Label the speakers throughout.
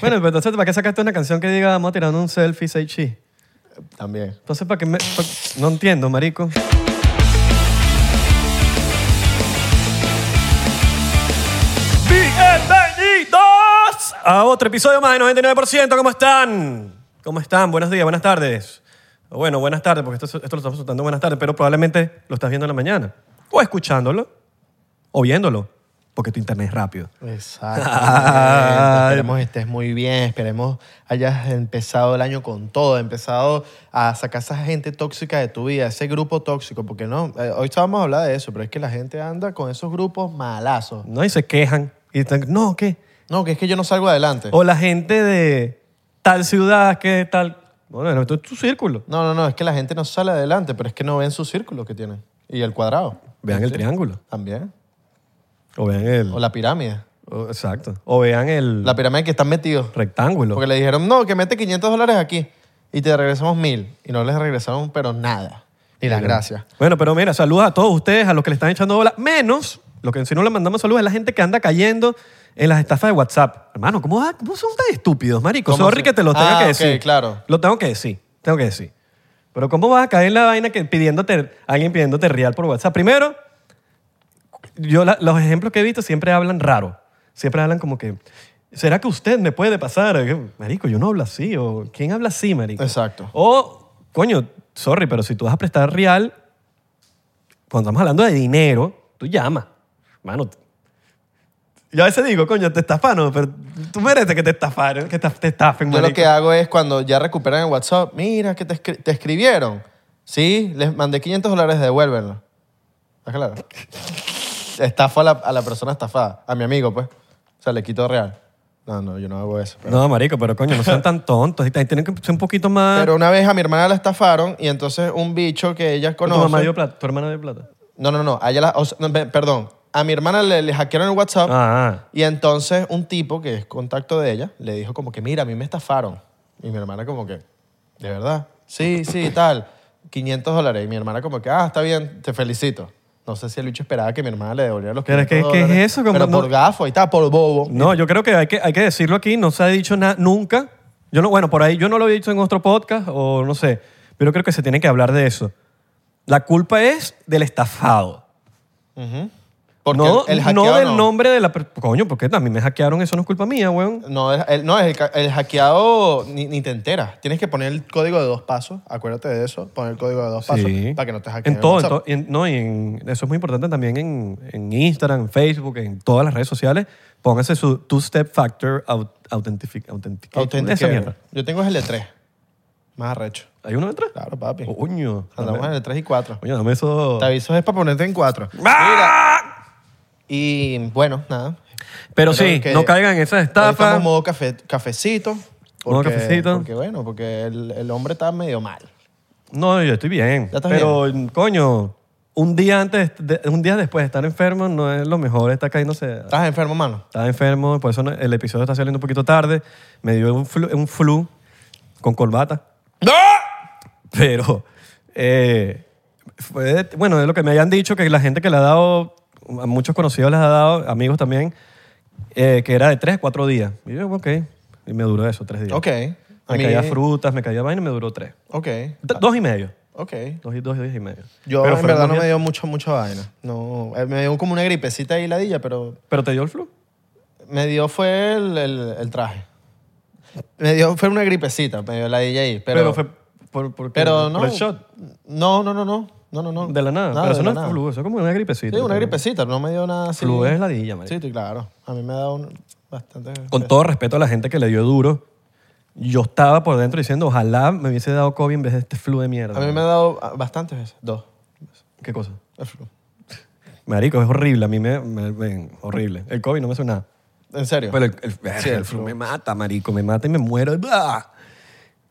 Speaker 1: Bueno, pero entonces, ¿para qué sacaste una canción que diga vamos a tirar un selfie, say chi?
Speaker 2: También.
Speaker 1: Entonces, ¿para qué me.? pa- No entiendo, marico. ¡Bienvenidos! A otro episodio más de 99%. ¿Cómo están? ¿Cómo están? Buenos días, buenas tardes. O Bueno, buenas tardes, porque esto, esto lo estamos soltando buenas tardes, pero probablemente lo estás viendo en la mañana. O escuchándolo. O viéndolo. Porque tu internet es rápido.
Speaker 2: Exacto. esperemos estés muy bien, esperemos hayas empezado el año con todo, empezado a sacar esa gente tóxica de tu vida, ese grupo tóxico, porque no, eh, hoy estábamos a hablar de eso, pero es que la gente anda con esos grupos malazos.
Speaker 1: ¿No? Y se quejan. Y están, no, ¿qué?
Speaker 2: No, que es que yo no salgo adelante.
Speaker 1: O la gente de tal ciudad que tal. Bueno, esto es tu círculo.
Speaker 2: No, no, no, es que la gente no sale adelante, pero es que no ven su círculo que tienen y el cuadrado
Speaker 1: Vean el triángulo.
Speaker 2: también,
Speaker 1: O vean el.
Speaker 2: o la pirámide,
Speaker 1: o- exacto. O vean el
Speaker 2: la pirámide que están metidos.
Speaker 1: rectángulo.
Speaker 2: Porque le dijeron, no, que mete 500 dólares aquí y te regresamos mil. Y no les regresaron, pero nada. Ni las gracias.
Speaker 1: Bueno, pero mira, saludos a todos ustedes, a los que le están echando bola, menos los que si no le mandamos saludos a la gente que anda cayendo en las estafas de WhatsApp. Hermano, ¿cómo, va- cómo son tan estúpidos, marico?
Speaker 2: ¿Cómo
Speaker 1: Sorry
Speaker 2: se-
Speaker 1: que te lo
Speaker 2: Ah,
Speaker 1: tenga que
Speaker 2: ok,
Speaker 1: decir.
Speaker 2: claro.
Speaker 1: Lo tengo que decir, tengo que decir. Pero ¿cómo vas a caer en la vaina que pidiéndote, alguien pidiéndote real por WhatsApp? Primero, yo la- los ejemplos que he visto siempre hablan raro. Siempre hablan como que, ¿será que usted me puede pasar? Marico, yo no hablo así. O, ¿Quién habla así, marico?
Speaker 2: Exacto.
Speaker 1: O, coño, sorry, pero si tú vas a prestar real, cuando estamos hablando de dinero, tú llamas. Mano, t- yo a veces digo, coño, te estafaron, pero tú mereces que te estafaron, que te- te estafen,
Speaker 2: Yo lo
Speaker 1: marico.
Speaker 2: que hago es cuando ya recuperan el WhatsApp, mira que te, escri- te escribieron. Sí, les mandé 500 dólares, devuélvenlo. ¿Está claro? Estafo a la, a la persona estafada, a mi amigo, pues. O sea, le quito real. No, no, yo no hago eso. Pero,
Speaker 1: No, marico, pero coño, no sean tan tontos. Y t- Tienen que ser un poquito más...
Speaker 2: Pero una vez a mi hermana la estafaron y entonces un bicho que ella
Speaker 1: tu
Speaker 2: conoce...
Speaker 1: mamá dio plata, tu hermana dio plata.
Speaker 2: No, no, no. A ella la- o sea, no, pe- perdón. A mi hermana le, le hackearon el WhatsApp
Speaker 1: Ah,
Speaker 2: y entonces un tipo que es contacto de ella le dijo como que, mira, a mí me estafaron. Y mi hermana como que, ¿de verdad? Sí, sí, tal. 500 dólares. Y mi hermana como que, ah, está bien, te felicito. No sé si el bicho esperaba que mi hermana le devolviera los
Speaker 1: Pero es que-
Speaker 2: 500
Speaker 1: ¿qué es
Speaker 2: dólares.
Speaker 1: eso? Como
Speaker 2: Pero
Speaker 1: no-
Speaker 2: por gafo, ahí está, por bobo.
Speaker 1: no, yo creo que hay, que hay que decirlo aquí, no se ha dicho nada nunca. Yo no, bueno, por ahí yo no lo he dicho en otro podcast o no sé, pero creo que se tiene que hablar de eso. La culpa es del estafado.
Speaker 2: Porque
Speaker 1: no,
Speaker 2: el, el
Speaker 1: no
Speaker 2: hackeado
Speaker 1: del nombre de la per- Coño, porque a mí me hackearon, eso no es culpa mía, weón.
Speaker 2: No, el, el- no, el, ca- el hackeado ni, ni te enteras. Tienes que poner el código de dos pasos. Acuérdate de eso. Poner el código de dos pasos para que no te hackeen.
Speaker 1: En
Speaker 2: el
Speaker 1: todo, en
Speaker 2: WhatsApp.
Speaker 1: todo. y en- no, y en- eso es muy importante también en, en Instagram, en Facebook, en todas las redes sociales. Pónganse su two-step factor aut- authentic, authentic, Esa
Speaker 2: Auténtica.
Speaker 1: mierda.
Speaker 2: Yo tengo es el de 3. Más arrecho.
Speaker 1: ¿Hay uno detrás?
Speaker 2: Claro, papi.
Speaker 1: oh, Coño.
Speaker 2: Andamos en
Speaker 1: Dame,
Speaker 2: el 3 y 4.
Speaker 1: coño, dame eso.
Speaker 2: Te aviso es para ponerte en 4.
Speaker 1: ¡Ah!
Speaker 2: Y bueno, nada.
Speaker 1: Pero,
Speaker 2: Pero
Speaker 1: sí,
Speaker 2: que
Speaker 1: no caigan en esas
Speaker 2: Hoy Estamos
Speaker 1: estafas.
Speaker 2: en modo café, cafecito.
Speaker 1: Modo
Speaker 2: porque-
Speaker 1: cafecito.
Speaker 2: Porque bueno, porque el, el hombre está medio mal.
Speaker 1: No, yo estoy bien.
Speaker 2: Ya estás
Speaker 1: pero, coño, un día antes, de- un día después de estar enfermo no es lo mejor estar cayéndose
Speaker 2: ¿Estás enfermo, mano?
Speaker 1: Estaba enfermo, por eso no- el episodio está saliendo un poquito tarde. Me dio un flu, un flu con corbata. Pero, eh, fue, bueno, es lo que me habían dicho, que la gente que le ha dado, a muchos conocidos les ha dado, amigos también, eh, que era de tres, cuatro días. Y yo, ok. Y me duró eso, tres días.
Speaker 2: Ok. A
Speaker 1: Me
Speaker 2: mí-
Speaker 1: caía frutas, me caía vaina y me duró tres.
Speaker 2: Ok.
Speaker 1: D- dos y medio.
Speaker 2: Ok.
Speaker 1: Dos, y- dos días y medio.
Speaker 2: Yo
Speaker 1: Pero
Speaker 2: en
Speaker 1: fueron
Speaker 2: verdad
Speaker 1: dos
Speaker 2: no me
Speaker 1: días.
Speaker 2: dio mucho, mucha vaina. No, eh, me dio como una gripecita ahí ladilla, pero
Speaker 1: ¿Pero te dio el flu?
Speaker 2: me dio fue el, el- el traje. Me dio, fue una gripecita, me dio ladilla ahí. Pero,
Speaker 1: fue por, por-
Speaker 2: pero
Speaker 1: por
Speaker 2: no.
Speaker 1: el shot.
Speaker 2: No, no, no, no. No, no, no.
Speaker 1: De la nada.
Speaker 2: Nada,
Speaker 1: pero eso
Speaker 2: de
Speaker 1: no
Speaker 2: la
Speaker 1: es
Speaker 2: nada.
Speaker 1: flu, eso es como una gripecita.
Speaker 2: Sí, una
Speaker 1: Pero-
Speaker 2: gripecita, no me dio nada así.
Speaker 1: Flu es ladilla, marico.
Speaker 2: Sí, sí, claro. A mí me ha dado un- bastante.
Speaker 1: Con todo respeto a la gente que le dio duro, yo estaba por dentro diciendo, ojalá me hubiese dado COVID en vez de este flu de mierda.
Speaker 2: A mí me ha dado ah, bastantes veces. Dos.
Speaker 1: ¿Qué cosa?
Speaker 2: El flu.
Speaker 1: Marico, es horrible. A mí me... me- me- horrible. El COVID no me hace nada.
Speaker 2: En serio.
Speaker 1: Pero el, el-
Speaker 2: Sí,
Speaker 1: el
Speaker 2: el
Speaker 1: flu me mata, marico. Me mata y me muero. ¡Bah!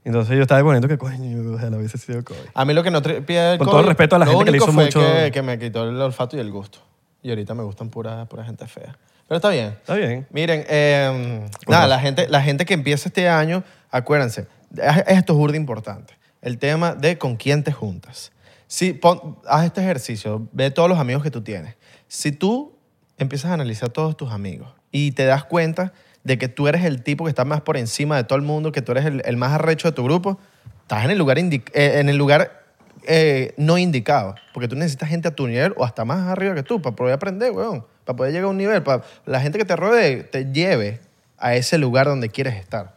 Speaker 1: Entonces yo estaba poniendo que, coño, ojalá hubiese sido COVID.
Speaker 2: A mí lo que no tripia el
Speaker 1: Con
Speaker 2: COVID,
Speaker 1: todo el respeto a la
Speaker 2: lo
Speaker 1: gente que le
Speaker 2: único
Speaker 1: hizo
Speaker 2: fue
Speaker 1: mucho-
Speaker 2: Que, que me quitó el olfato y el gusto. Y ahorita me gustan pura, pura gente fea. Pero está bien.
Speaker 1: Está bien.
Speaker 2: Miren, eh, nada, la gente, la gente que empieza este año, acuérdense, eh, esto es burda importante. El tema de con quién te juntas. Si, pon- haz este ejercicio, ve todos los amigos que tú tienes. Si tú empiezas a analizar todos tus amigos y te das cuenta de que tú eres el tipo que está más por encima de todo el mundo, que tú eres el, el más arrecho de tu grupo, estás en el lugar, indi- eh, en el lugar eh, no indicado. Porque tú necesitas gente a tu nivel o hasta más arriba que tú para poder aprender, weón. Para poder llegar a un nivel, para la gente que te rodee te lleve a ese lugar donde quieres estar.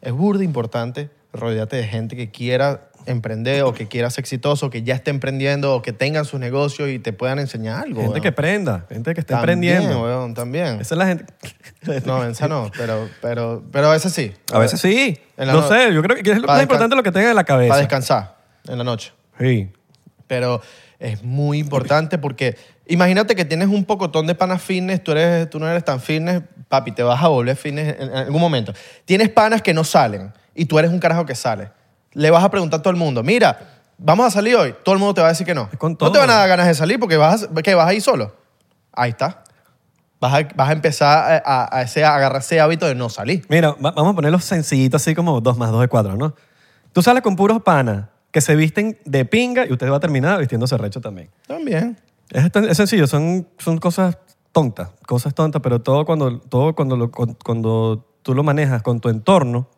Speaker 2: Es burda importante rodearte de gente que quiera emprender o que quiera ser exitoso, que ya esté emprendiendo o que tengan sus negocios y te puedan enseñar algo.
Speaker 1: Gente
Speaker 2: weón.
Speaker 1: que prenda, gente que esté
Speaker 2: También,
Speaker 1: aprendiendo.
Speaker 2: weón, también.
Speaker 1: Esa es la gente.
Speaker 2: No, esa no, pero, pero, pero a veces sí.
Speaker 1: A veces sí.
Speaker 2: En la
Speaker 1: No
Speaker 2: no-
Speaker 1: sé, yo creo que es lo
Speaker 2: Pa'
Speaker 1: más
Speaker 2: descan-
Speaker 1: importante lo que tenga en la
Speaker 2: Para
Speaker 1: cabeza.
Speaker 2: descansar en la noche.
Speaker 1: Sí.
Speaker 2: Pero es muy importante porque imagínate que tienes un pocotón de panas fitness, tú, eres, tú no eres tan fitness, papi, te vas a volver fitness en en algún momento. Tienes panas que no salen y tú eres un carajo que sale. Le vas a preguntar a todo el mundo, mira, vamos a salir hoy. Todo el mundo te va a decir que no.
Speaker 1: Es con
Speaker 2: No te
Speaker 1: todo.
Speaker 2: van a dar ganas de salir porque vas a, ¿qué? vas a ir solo. Ahí está. Vas a, vas a empezar a, a- a ese, a agarrar ese hábito de no salir.
Speaker 1: Mira, va- vamos a ponerlo sencillito, así como 2 más 2 de 4, ¿no? Tú sales con puros panas que se visten de pinga y usted va a terminar vistiéndose recho también.
Speaker 2: También.
Speaker 1: Es, tan- es sencillo, son, son cosas tontas, cosas tontas, pero todo cuando, todo cuando, lo- con- cuando tú lo manejas con tu entorno,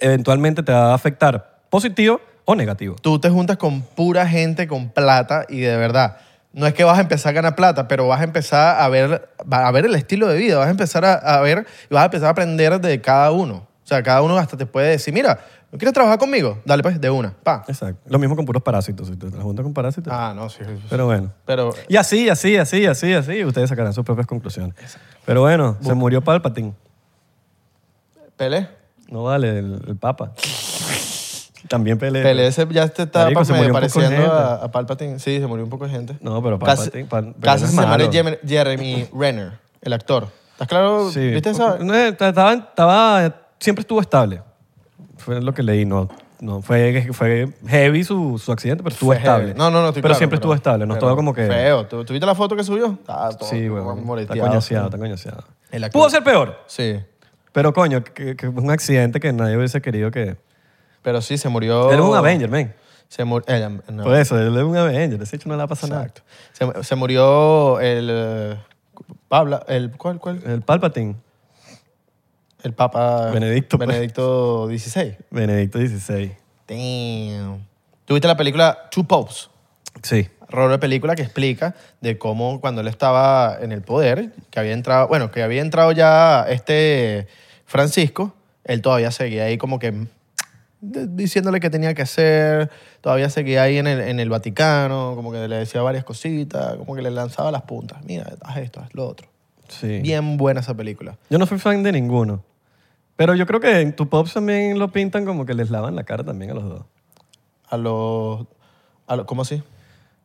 Speaker 1: eventualmente te va a afectar positivo o negativo.
Speaker 2: tú te juntas con pura gente con plata y de verdad, no es que vas a empezar a ganar plata, pero vas a empezar a ver, va- a ver el estilo de vida, vas a empezar a, a ver y vas a empezar a aprender de cada uno. O sea, cada uno hasta te puede decir, mira, ¿no quieres trabajar conmigo? Dale pues, de una, pa.
Speaker 1: Exacto. Lo mismo con puros parásitos. Si te la juntas con parásitos.
Speaker 2: Ah, no, sí. sí, sí.
Speaker 1: Pero bueno.
Speaker 2: Pero
Speaker 1: Y así, así, así, así, así. Ustedes sacarán sus propias conclusiones. Pero bueno, se murió Palpatine.
Speaker 2: Pelé,
Speaker 1: No vale, el, el Papa. También Pelé.
Speaker 2: Pelé ese ya te está
Speaker 1: Marico, se
Speaker 2: medio
Speaker 1: murió un poco de
Speaker 2: pareciendo
Speaker 1: gente.
Speaker 2: a, a Palpatine. Sí, se murió un poco de gente.
Speaker 1: No, pero
Speaker 2: Casi,
Speaker 1: Palpatine. Pal- Pelé
Speaker 2: casi
Speaker 1: no es
Speaker 2: se muere
Speaker 1: malo.
Speaker 2: Jeremy- Jeremy Renner, el actor. ¿Estás claro?
Speaker 1: Sí.
Speaker 2: ¿Viste esa?
Speaker 1: No, estaba, estaba- siempre estuvo estable. Fue lo que leí. No, no, fue, fue heavy su, su accidente, pero estuvo
Speaker 2: Fue
Speaker 1: estable.
Speaker 2: heavy. No, no, no. estoy
Speaker 1: Pero
Speaker 2: claro,
Speaker 1: siempre estuvo estable. No
Speaker 2: pero
Speaker 1: estaba como que...
Speaker 2: Feo. ¿Tú, tú viste la foto que subió? Está todo
Speaker 1: Sí, güey. Está
Speaker 2: moreteado.
Speaker 1: coñaseado, está coñaseado.
Speaker 2: El actor-
Speaker 1: Pudo ser peor.
Speaker 2: Sí.
Speaker 1: Pero coño, que, que un accidente que nadie hubiese querido que...
Speaker 2: Pero sí, se murió...
Speaker 1: Él es un Avenger, men.
Speaker 2: Se murió... Oh. no,
Speaker 1: Por eso, él es un Avenger. Ese hecho no le va a pasar
Speaker 2: exacto. Se, se murió el... eh, Pabla... El, ¿Cuál? ¿Cuál?
Speaker 1: nada. El Palpatine,
Speaker 2: El Papa...
Speaker 1: Benedicto, pues.
Speaker 2: Benedicto XVI.
Speaker 1: Benedicto XVI.
Speaker 2: Damn. ¿Tú viste la película Two Popes?
Speaker 1: Sí.
Speaker 2: rol de película que explica de cómo cuando él estaba en el poder, que había entrado, bueno, que había entrado ya este Francisco, él todavía seguía ahí como que mm, de- diciéndole qué tenía que hacer, todavía seguía ahí en el, en el Vaticano, como que le decía varias cositas, como que le lanzaba las puntas, mira, haz esto, haz lo otro.
Speaker 1: Sí.
Speaker 2: Bien buena esa película.
Speaker 1: Yo no fui fan de ninguno. Pero yo creo que en tu pop también lo pintan como que les lavan la cara también a los dos.
Speaker 2: A los... A los ¿Cómo así?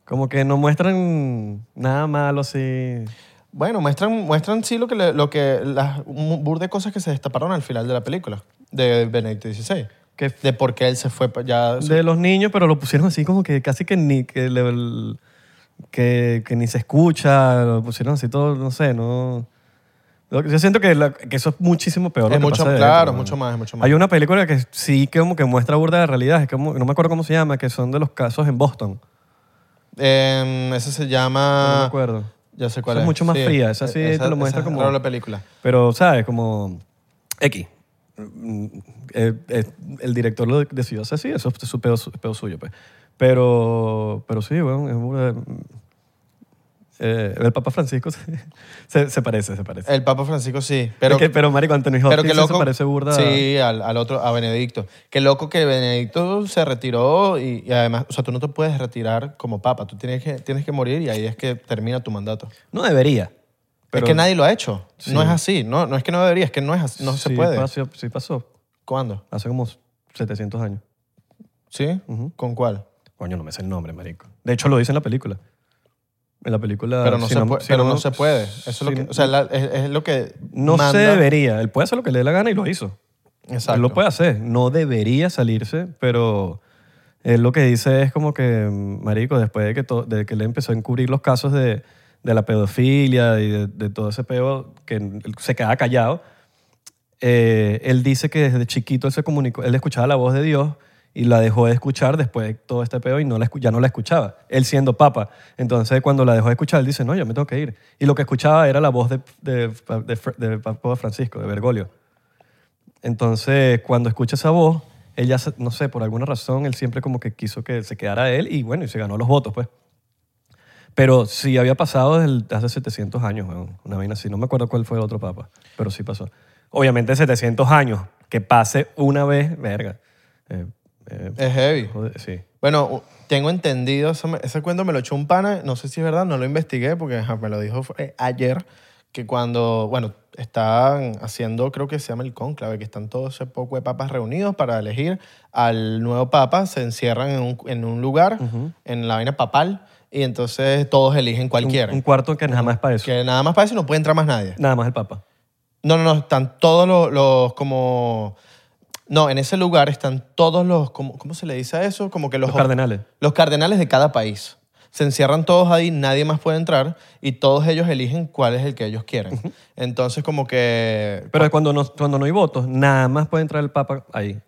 Speaker 1: Como que no muestran nada malo así.
Speaker 2: Bueno, muestran, muestran sí lo que, le- lo que las mu- burda de cosas que se destaparon al final de la película de Benedicto XVI.
Speaker 1: Que f-
Speaker 2: De por qué él se fue pa- ya.
Speaker 1: de los niños, pero lo pusieron así como que casi que ni que, le- que, que ni se escucha. Lo pusieron así todo, no sé, no. Lo que- Yo siento que, la- que eso es muchísimo peor. lo
Speaker 2: Es
Speaker 1: que
Speaker 2: mucho-
Speaker 1: pasa de
Speaker 2: claro,
Speaker 1: dentro,
Speaker 2: es
Speaker 1: ¿no?
Speaker 2: mucho más, es mucho más.
Speaker 1: Hay una película que sí que como que muestra burda de realidad, es como, no me acuerdo cómo se llama, que son de los casos en Boston.
Speaker 2: Em, ese se llama.
Speaker 1: no me acuerdo.
Speaker 2: Ya sé cuál
Speaker 1: Esa
Speaker 2: es.
Speaker 1: es mucho más fría, esa sí te lo muestra
Speaker 2: esa
Speaker 1: como-
Speaker 2: es la película.
Speaker 1: Pero, ¿sabes? Como X. Mm, eh, eh, el director lo decidió hacer así, eso es su pedo, su- pedo suyo, pues. Pero, pero sí, bueno, es una- eh, el Papa Francisco se, se- se parece, se parece.
Speaker 2: El Papa Francisco sí. Eh, Pero,
Speaker 1: Es que- pero Marico Anthony Hopkins
Speaker 2: pero que
Speaker 1: sí
Speaker 2: loco.
Speaker 1: se parece burda.
Speaker 2: Sí, al, al otro, a Benedicto. Qué loco que Benedicto se retiró y, y además, o sea, tú no te puedes retirar como papa. Tú tienes que, tienes que morir y ahí es que termina tu mandato.
Speaker 1: No debería.
Speaker 2: es
Speaker 1: pero-
Speaker 2: que nadie lo ha hecho.
Speaker 1: Sí.
Speaker 2: No es así. No, no es que no debería, es que no es así. No se
Speaker 1: Sí
Speaker 2: puede.
Speaker 1: Pasó, sí pasó,
Speaker 2: ¿Cuándo?
Speaker 1: hace como 700 años.
Speaker 2: ¿Sí?
Speaker 1: Ujú.
Speaker 2: ¿Con cuál?
Speaker 1: Coño, no me sé el nombre, marico. De hecho, lo dice en la película. En la película...
Speaker 2: Pero no,
Speaker 1: Ah, si
Speaker 2: se, puede, pero no,
Speaker 1: no-
Speaker 2: se puede. Eso es lo
Speaker 1: si
Speaker 2: que,
Speaker 1: no-
Speaker 2: o sea, la- es, es lo que
Speaker 1: No
Speaker 2: manda.
Speaker 1: se debería. Él puede hacer lo que le dé la gana y lo hizo.
Speaker 2: Exacto.
Speaker 1: Él lo puede hacer. No debería salirse, pero él lo que dice es como que, mm, marico, después de que, to- de que él empezó a encubrir los casos de, de la pedofilia y de, de todo ese peo que él se quedaba callado, eh, él dice que desde chiquito él se comunicó, él escuchaba la voz de Dios y la dejó de escuchar después de todo este peo y no la escu- ya no la escuchaba, él siendo papa. Entonces, cuando la dejó de escuchar, él dice, no, yo me tengo que ir. Y lo que escuchaba era la voz de, de, de, de Papa Francisco, de Bergoglio. Entonces, cuando escucha esa voz, ella, se- no sé, por alguna razón, él siempre como que quiso que se quedara él y bueno, y se ganó los votos, pues. Pero sí había pasado desde el- hace 700 años, weón, una vaina así. No me acuerdo cuál fue el otro papa, pero sí pasó. Obviamente 700 años, que pase una vez, verga. Eh, eh,
Speaker 2: Es heavy.
Speaker 1: joder, sí.
Speaker 2: Bueno, u- tengo entendido, eso me- ese cuento me lo echó un pana, no sé si es verdad, no lo investigué porque ajá, me lo dijo fue eh, ayer, que cuando, bueno, estaban haciendo, creo que se llama el cónclave, que están todos ese poco de papas reunidos para elegir al nuevo papa, se encierran en un, en un lugar, en la vaina papal, y entonces todos eligen cualquiera.
Speaker 1: Un, un cuarto que nada más para eso.
Speaker 2: que nada más para eso no puede entrar más nadie.
Speaker 1: Nada más el papa.
Speaker 2: No, no, no, están todos los, los como... No, en ese lugar están todos los, como- ¿cómo se le dice a eso? Como que los,
Speaker 1: Los cardenales.
Speaker 2: los cardenales de cada país. Se encierran todos ahí, nadie más puede entrar y todos ellos eligen cuál es el que ellos quieren. Entonces como que...
Speaker 1: Pero cuando no, cuando no hay votos, nada más puede entrar el papa ahí.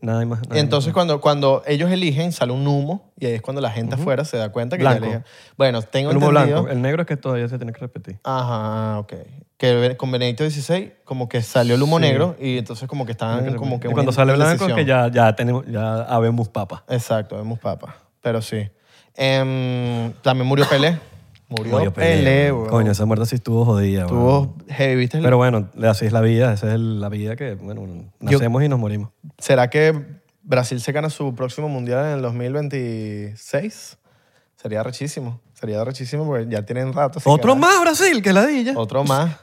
Speaker 1: Nada más. nada más.
Speaker 2: Entonces cuando, cuando ellos eligen sale un humo y ahí es cuando la gente afuera se da cuenta que ya
Speaker 1: Blanco.
Speaker 2: eligen. Bueno, tengo
Speaker 1: el humo
Speaker 2: entendido...
Speaker 1: blanco. El negro es que todavía se tiene que repetir.
Speaker 2: Ajá, ok. Que con Benedicto XVI como que salió el humo
Speaker 1: Sí.
Speaker 2: negro y entonces como que estaban Ah, como que...
Speaker 1: Y
Speaker 2: una
Speaker 1: cuando sale blanco es
Speaker 2: indecisión.
Speaker 1: que ya, ya, tenemos, ya habemos papa.
Speaker 2: Exacto, vemos papa. Pero sí. Em, también murió Pelé. Murió,
Speaker 1: Coño,
Speaker 2: Pelé, weón.
Speaker 1: Coño, esa muerte sí estuvo jodida. weón.
Speaker 2: Tuvo heavy, ¿viste?
Speaker 1: Pero bueno, así es la vida, esa es la vida que, bueno, nacemos y nos morimos.
Speaker 2: ¿Será que Brasil se gana su próximo mundial en el 2026? Sería rechísimo. Sería rechísimo porque ya tienen rato. sin
Speaker 1: Otro
Speaker 2: ganar.
Speaker 1: más Brasil que la dilla.
Speaker 2: Otro más.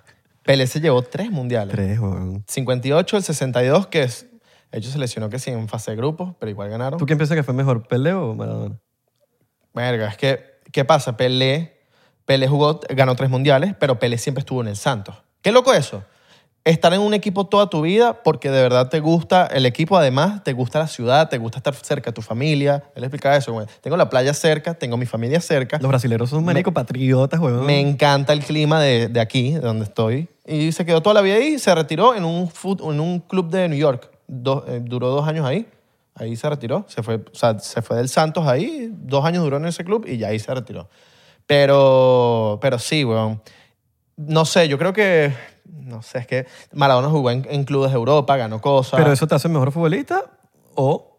Speaker 2: Pelé se llevó tres mundiales.
Speaker 1: Tres, weón.
Speaker 2: 58, el 62, que es... Ellos se lesionó que sí en fase de grupos, pero igual ganaron.
Speaker 1: ¿Tú quién piensas que fue mejor, Pelé o Maradona?
Speaker 2: Verga, es que, ¿qué pasa? Pelé, Pelé jugó, ganó tres mundiales, pero Pelé siempre estuvo en el Santos. Qué loco eso. Estar en un equipo toda tu vida porque de verdad te gusta el equipo, además te gusta la ciudad, te gusta estar cerca de tu familia. Él explicaba eso, güey. Tengo la playa cerca, tengo mi familia cerca.
Speaker 1: Los brasileros son marico patriotas, weón.
Speaker 2: Me encanta el clima de, de aquí, de donde estoy. Y se quedó toda la vida ahí y se retiró en un, fut- en un club de New York. Dos- eh, duró dos años ahí. Ahí se retiró. Se fue, o sea, se fue del Santos ahí. Dos años duró en ese club y ya ahí se retiró. Pero, pero sí, weón. No sé, yo creo que... No sé, es que Maradona jugó en, en clubes de Europa, ganó cosas.
Speaker 1: Pero eso te hace mejor futbolista o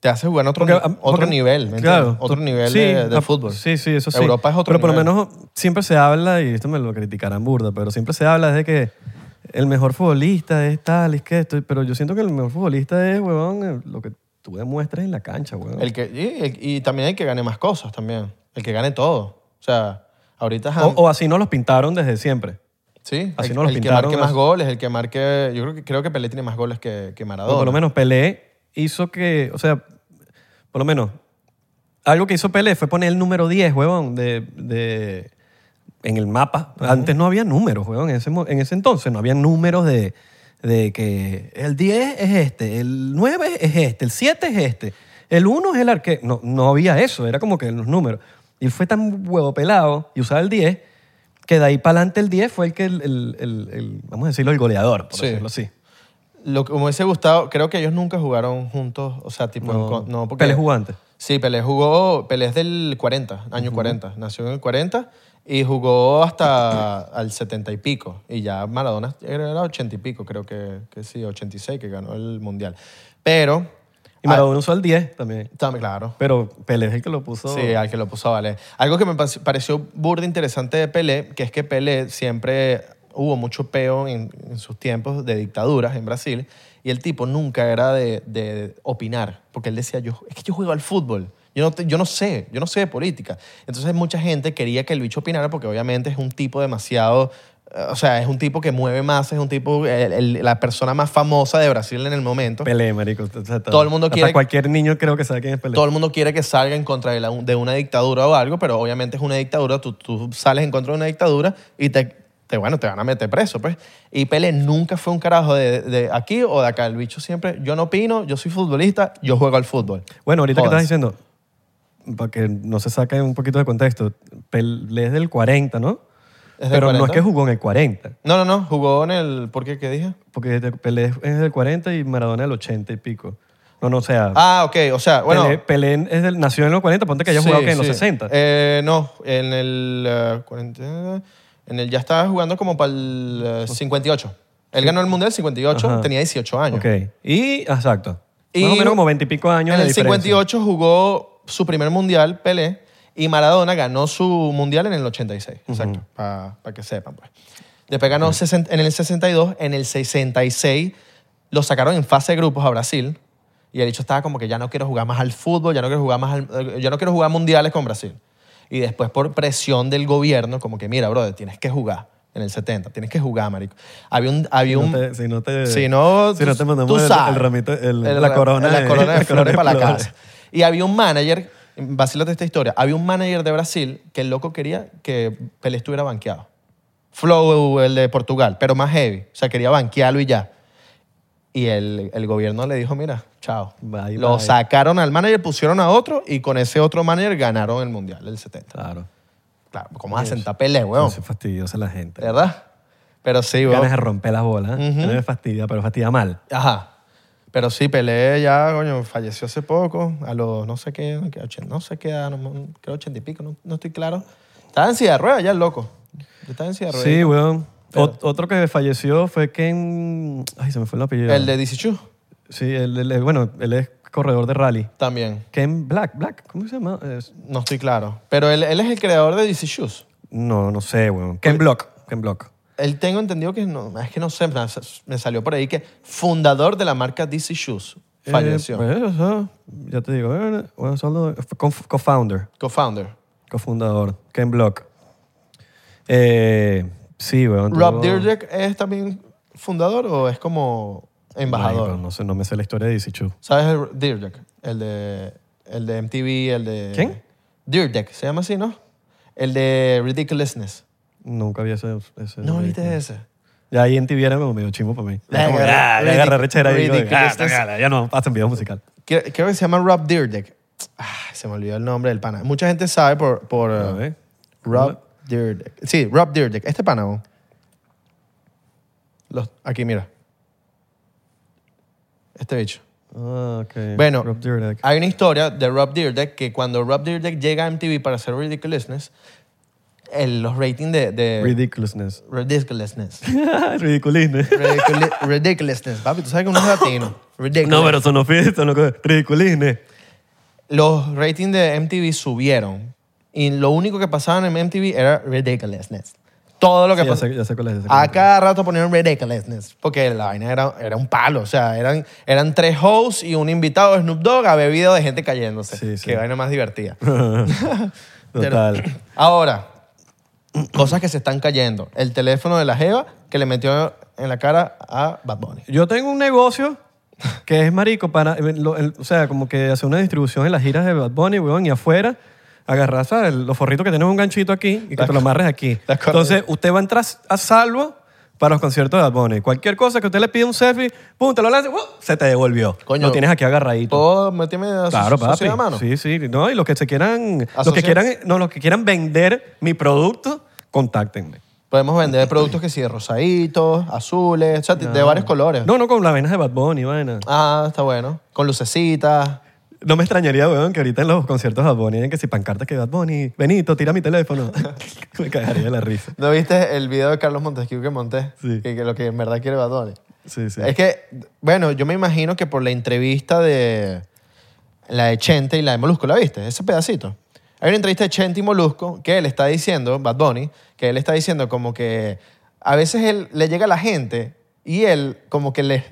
Speaker 2: te hace jugar en otro,
Speaker 1: Porque,
Speaker 2: ni-
Speaker 1: ah,
Speaker 2: otro
Speaker 1: porque-
Speaker 2: nivel, ¿me
Speaker 1: claro.
Speaker 2: entiendes? Otro
Speaker 1: tú-
Speaker 2: nivel
Speaker 1: sí,
Speaker 2: de, de
Speaker 1: ah,
Speaker 2: fútbol.
Speaker 1: Sí, sí, eso sí.
Speaker 2: Europa es otro
Speaker 1: Pero por
Speaker 2: nivel.
Speaker 1: lo menos siempre se habla, y esto me lo criticarán burda, pero siempre se habla de que el mejor futbolista es tal, es que esto. Pero yo siento que el mejor futbolista es, huevón, eh, lo que tú demuestras en la cancha, huevón.
Speaker 2: El que, y, el- y también el que gane más cosas también. El que gane todo. O sea, ahorita... ajá,
Speaker 1: O, o así nos los pintaron desde siempre.
Speaker 2: sí,
Speaker 1: así
Speaker 2: el,
Speaker 1: no los
Speaker 2: el que
Speaker 1: pintaron,
Speaker 2: marque más
Speaker 1: es-
Speaker 2: goles, el que marque... Yo creo que, creo que Pelé tiene más goles que, que
Speaker 1: O
Speaker 2: Maradona.
Speaker 1: por lo menos Pelé hizo que, o sea, por lo menos, algo que hizo Pelé fue poner el número 10, huevón, de, de- en el mapa. Antes no había números, huevón, en ese, mo- en ese entonces no había números de, de que el 10 es este, el 9 es este, el 7 es este, el 1 es el arquero. No, no había eso, era como que los números. Y él fue tan huevo pelado y usaba el 10 que de ahí para adelante el 10 fue el que, el, el- el- el- vamos a decirlo, el goleador, por
Speaker 2: Sí.
Speaker 1: decirlo así.
Speaker 2: Lo que me hubiese gustado, creo que ellos nunca jugaron juntos. O sea, tipo... en
Speaker 1: No,
Speaker 2: con- no, porque...
Speaker 1: Pelé jugó antes.
Speaker 2: Sí, Pelé jugó, Pelé es del 40, año 40, nació en el 40 y jugó hasta al 70 y pico. Y ya Maradona era 80 y pico, creo que, que sí, 86, que ganó el Mundial. Pero,
Speaker 1: Y Maradona usó el 10 también.
Speaker 2: ah, tam- claro,
Speaker 1: Pero Pelé es el que lo puso.
Speaker 2: Sí, ah. al que lo puso Vale. Algo que me pas- pareció burda interesante de Pelé, que es que Pelé siempre hubo mucho peo en, en sus tiempos de dictaduras en Brasil y el tipo nunca era de, de opinar, porque él decía, yo, es que yo juego al fútbol. Yo no, te- yo no sé, yo no sé de política. Entonces mucha gente quería que el bicho opinara porque obviamente es un tipo demasiado, eh, o sea, es un tipo que mueve más, es un tipo, el- el- la persona más famosa de Brasil en el momento.
Speaker 1: Pelé, marico. O sea,
Speaker 2: Todo el mundo
Speaker 1: hasta
Speaker 2: quiere-
Speaker 1: cualquier niño creo que sabe quién es Pelé.
Speaker 2: Todo el mundo quiere que salga en contra de, la- de una dictadura o algo, pero obviamente es una dictadura, tú, tú sales en contra de una dictadura y te, te, bueno, te van a meter preso, pues. Y Pele nunca fue un carajo de, de aquí o de acá. El bicho siempre, yo no opino, yo soy futbolista, yo juego al fútbol.
Speaker 1: Bueno, ahorita que
Speaker 2: Jodas.
Speaker 1: estás diciendo, para que no se saque un poquito de contexto, Pelé es del 40, ¿no?
Speaker 2: ¿Es del
Speaker 1: Pero no es
Speaker 2: 40?
Speaker 1: que jugó en el 40.
Speaker 2: No, no, no, jugó en el... ¿Por qué? ¿Qué dije?
Speaker 1: Porque Pelé es del 40 y Maradona del 80 y pico. No, no, o sea.
Speaker 2: Ah, ok. O sea, bueno.
Speaker 1: Pelé, Pelé es del- nació en los 40, ponte que haya
Speaker 2: sí,
Speaker 1: jugado que en los
Speaker 2: sí.
Speaker 1: 60.
Speaker 2: Eh, no, en el. eh, 40, en el ya estaba jugando como para el eh, 58. Él ganó el Mundial 58,
Speaker 1: Ajá.
Speaker 2: tenía 18 años.
Speaker 1: ok. Y, exacto.
Speaker 2: Y-
Speaker 1: Más o menos como 20 y pico años.
Speaker 2: En
Speaker 1: de
Speaker 2: el
Speaker 1: diferencia.
Speaker 2: 58 jugó su primer mundial, Pelé, y Maradona ganó su mundial en el 86. Exacto, para que sepan. Pues. Después ganó sesen- en el 62, en el 66 lo sacaron en fase de grupos a Brasil. Y el hecho estaba como que ya no quiero jugar más al fútbol, ya no quiero jugar más al- eh, ya no quiero jugar mundiales con Brasil. Y después por presión del gobierno, como que mira, brother, tienes que jugar en el 70, tienes que jugar, marico. Había un había
Speaker 1: Si
Speaker 2: un
Speaker 1: no te- si no te.
Speaker 2: si no,
Speaker 1: si no
Speaker 2: tú-
Speaker 1: te mandamos
Speaker 2: tú
Speaker 1: el-
Speaker 2: sabes.
Speaker 1: el ramito- el-
Speaker 2: El
Speaker 1: la
Speaker 2: ra-
Speaker 1: corona
Speaker 2: la
Speaker 1: de-
Speaker 2: corona de
Speaker 1: la corona
Speaker 2: flores
Speaker 1: de
Speaker 2: para la
Speaker 1: flores.
Speaker 2: casa. Y había un manager, vacílate esta historia, había un manager de Brasil que el loco quería que Pelé estuviera banqueado. Flow, el de Portugal, pero más heavy. O sea, quería banquearlo y ya. Y el, el gobierno le dijo, mira, chao.
Speaker 1: Bye,
Speaker 2: Lo
Speaker 1: bye.
Speaker 2: sacaron al manager, pusieron a otro y con ese otro manager ganaron el Mundial del 70.
Speaker 1: Claro.
Speaker 2: Claro, ¿cómo vas a sentar Pelé, weón? Eh,
Speaker 1: Eso es fastidiosa la gente.
Speaker 2: ¿Verdad? Pero sí, weón.
Speaker 1: Ganas de romper las bolas. ¿eh? No me fastidia, pero fastidia mal.
Speaker 2: Ajá. Pero sí, Pelé ya, coño, falleció hace poco, a los no sé qué, que ochen- no sé qué, edad, no- creo ochenta y pico, no, no estoy claro. Estaba en silla de ruedas ya el loco. Yo estaba en silla de ruedas.
Speaker 1: Sí, weón.
Speaker 2: Pero-
Speaker 1: Ot- otro que falleció fue Ken. Ay, se me fue el apellido.
Speaker 2: El de 18
Speaker 1: Sí, el, el- bueno, él es corredor de rally.
Speaker 2: también.
Speaker 1: Ken Black, Black, ¿cómo se llama? Es-
Speaker 2: No estoy claro. Pero él, él es el creador de DC Shoes.
Speaker 1: No, no sé, weón. Ken Block. Ken Block.
Speaker 2: Él tengo entendido que no, es que no sé, me me salió por ahí que fundador de la marca DC Shoes. Falleció.
Speaker 1: Eh, pues, eso, ya te digo, eh, bueno, solo co- co-founder,
Speaker 2: Co-founder.
Speaker 1: cofundador, Ken Block. Eh, sí, weón.
Speaker 2: Rob
Speaker 1: tuvo-
Speaker 2: Dyrdek es también fundador o es como embajador.
Speaker 1: Marico, No sé, no me sé la historia de DC Chu.
Speaker 2: ¿Sabes el Dirdek? El de, el de MTV, el de...
Speaker 1: ¿Quién?
Speaker 2: Dirdek, se llama así, ¿no? El de Ridiculousness.
Speaker 1: Nunca había ese. ese
Speaker 2: ¿No viste ese?
Speaker 1: Ya ahí en TV era como medio chimbo para mí.
Speaker 2: Le
Speaker 1: Ya como,
Speaker 2: agarré-
Speaker 1: ah, le agarré
Speaker 2: ridic-
Speaker 1: rechera y digo, ah,
Speaker 2: ridiculousness.
Speaker 1: ya, ya no, hacen video musical.
Speaker 2: Creo, creo que se llama Rob Dirdek. Ah, se me olvidó el nombre del pana. Mucha gente sabe por... por
Speaker 1: A
Speaker 2: uh,
Speaker 1: ver.
Speaker 2: Rob Dyrdek. Sí, Rob Dyrdek. Este pana, ¿no? Los- Aquí, mira. Este bicho.
Speaker 1: Ah, ok.
Speaker 2: Bueno, ah,
Speaker 1: Rob Dyrdek.
Speaker 2: Hay una historia de Rob Dyrdek que cuando Rob Dyrdek llega a MTV para hacer Ridiculousness, el- los ratings de, de-
Speaker 1: Ridiculousness.
Speaker 2: Ridiculousness.
Speaker 1: Ridiculisness.
Speaker 2: Eh, Ridiculi- ridiculousness. Papi, tú sabes que uno es latino. Ridiculous.
Speaker 1: No, pero son oficios, son locos. Ridiculisness.
Speaker 2: Los ratings de MTV subieron y lo único que pasaba en MTV era Ridiculousness. Todo lo que
Speaker 1: Sí, ya,
Speaker 2: pasaba.
Speaker 1: sé, ya sé cuál es. ya sé cuál
Speaker 2: A
Speaker 1: es.
Speaker 2: cada rato ponían Ridiculousness, porque la vaina era, era un palo. O sea, eran, eran tres hosts y un invitado de Snoop Dogg a bebido de gente cayéndose.
Speaker 1: Sí, sí.
Speaker 2: Qué vaina más divertida.
Speaker 1: Total.
Speaker 2: Ahora, cosas que se están cayendo. El teléfono de la Jeva que le metió en la cara a Bad Bunny.
Speaker 1: Yo tengo un negocio que es marico para, eh, lo- el- o sea, como que hacer una distribución en las giras de Bad Bunny, weón, y afuera agarrar, ¿sabes? Los forritos que tienes un ganchito aquí y que te lo amarres aquí.
Speaker 2: De acuerdo.
Speaker 1: Entonces, usted va a entrar a salvo para los conciertos de Bad Bunny. Cualquier cosa que usted le pida un selfie, pum, te lo lanza, ¡uh! se te devolvió.
Speaker 2: Coño.
Speaker 1: lo tienes aquí agarradito.
Speaker 2: Todo metíme a
Speaker 1: Claro,
Speaker 2: su,
Speaker 1: papi.
Speaker 2: sociedad a mano.
Speaker 1: Sí, sí. No, y los que se quieran, los que
Speaker 2: Asocia-
Speaker 1: quieran, no, los que quieran vender mi producto, contáctenme.
Speaker 2: Podemos vender productos que sí, de rosaditos, azules, o sea, de varios colores.
Speaker 1: No, no con las venas de Bad Bunny, vaina.
Speaker 2: Ah, está bueno. Con lucecitas.
Speaker 1: No me extrañaría, weón, que ahorita en los conciertos de Bad Bunny hayan que si pancartas que Bad Bunny, Benito, tira mi teléfono. me cagaría de la risa.
Speaker 2: ¿No viste el video de Carlos Montesquieu que monté?
Speaker 1: Sí.
Speaker 2: Que, que lo que en verdad quiere Bad Bunny.
Speaker 1: Sí, sí.
Speaker 2: Es que, bueno, yo me imagino que por la entrevista de la de Chente y la de Molusco, ¿la viste? Ese pedacito. Hay una entrevista de Chente y Molusco que él está diciendo, Bad Bunny, que él está diciendo como que a veces él le llega a la gente y él como que les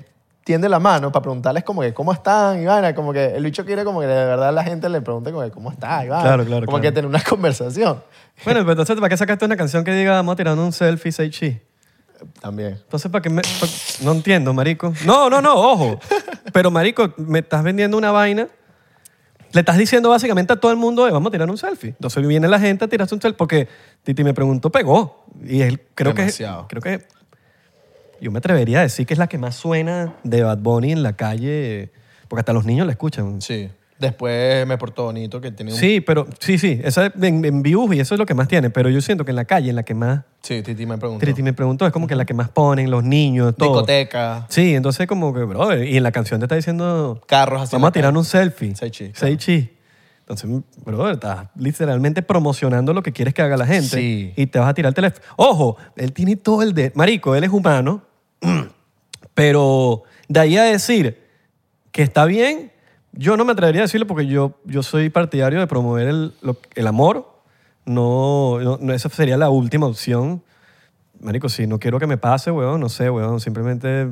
Speaker 2: tiende la mano para preguntarles como que cómo están, Ivana, como que el bicho quiere como que de verdad la gente le pregunte como que cómo está, Ivana.
Speaker 1: Claro, claro,
Speaker 2: Como
Speaker 1: claro.
Speaker 2: que tener una conversación
Speaker 1: Bueno, pero entonces, ¿para qué sacaste una canción que diga vamos a tirar un selfie, say chi?
Speaker 2: también.
Speaker 1: Entonces, ¿para qué me.? pa- No entiendo, marico. No, no, no, ojo. Pero, marico, me estás vendiendo una vaina. Le estás diciendo básicamente a todo el mundo, eh, vamos a tirar un selfie. Entonces viene la gente a tirarse un selfie porque Titi me preguntó, pegó. Y él, creo
Speaker 2: Demasiado.
Speaker 1: que. Creo que. Yo me atrevería a decir que es la que más suena de Bad Bunny en la calle. Porque hasta los niños la escuchan.
Speaker 2: Sí. Después me portó bonito, que tiene un...
Speaker 1: Sí, pero sí, sí, eso es en, en Viú y eso es lo que más tiene, pero yo siento que en la calle, en la que más,
Speaker 2: Sí, Titi me preguntó.
Speaker 1: Triti me preguntó, es como que en la que más ponen los niños, todo.
Speaker 2: Discoteca,
Speaker 1: Sí, entonces como que, bro, y en la canción te está diciendo,
Speaker 2: carros así.
Speaker 1: vamos a tirar un selfie.
Speaker 2: Sei chi, claro.
Speaker 1: Sei chi. Entonces, bro, estás literalmente promocionando lo que quieres que haga la gente.
Speaker 2: Sí.
Speaker 1: Y te vas a tirar el teléfono. Ojo, él tiene todo el de... Marico, él es humano, pero de ahí a decir que está bien, yo no me atrevería a decirlo porque yo, yo soy partidario de promover el, lo- el amor. No, no, no, esa sería la última opción. Marico, si no quiero que me pase, weón, no sé, weón, simplemente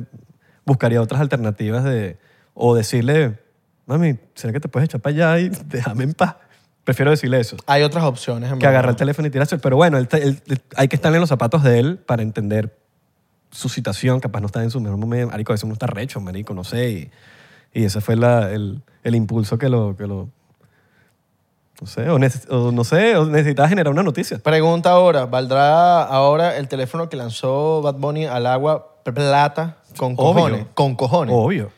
Speaker 1: buscaría otras alternativas de, o decirle, mami, ¿será que te puedes echar para allá y déjame en paz? Prefiero decirle eso,
Speaker 2: Hay otras opciones. en
Speaker 1: que
Speaker 2: verdad.
Speaker 1: agarrar el teléfono y tirarse. Pero bueno, él- él- él- hay que estar en los zapatos de él para entender su situación, capaz no está en su mejor momento. Marico, a veces uno está recho, marico, no sé. Y, y ese fue la- el, el impulso que lo... Que lo no sé, o, neces- o no sé, o necesitaba generar una noticia.
Speaker 2: Pregunta ahora, ¿valdrá ahora el teléfono que lanzó Bad Bunny al agua plata con
Speaker 1: Obvio.
Speaker 2: cojones? Con cojones.
Speaker 1: Obvio.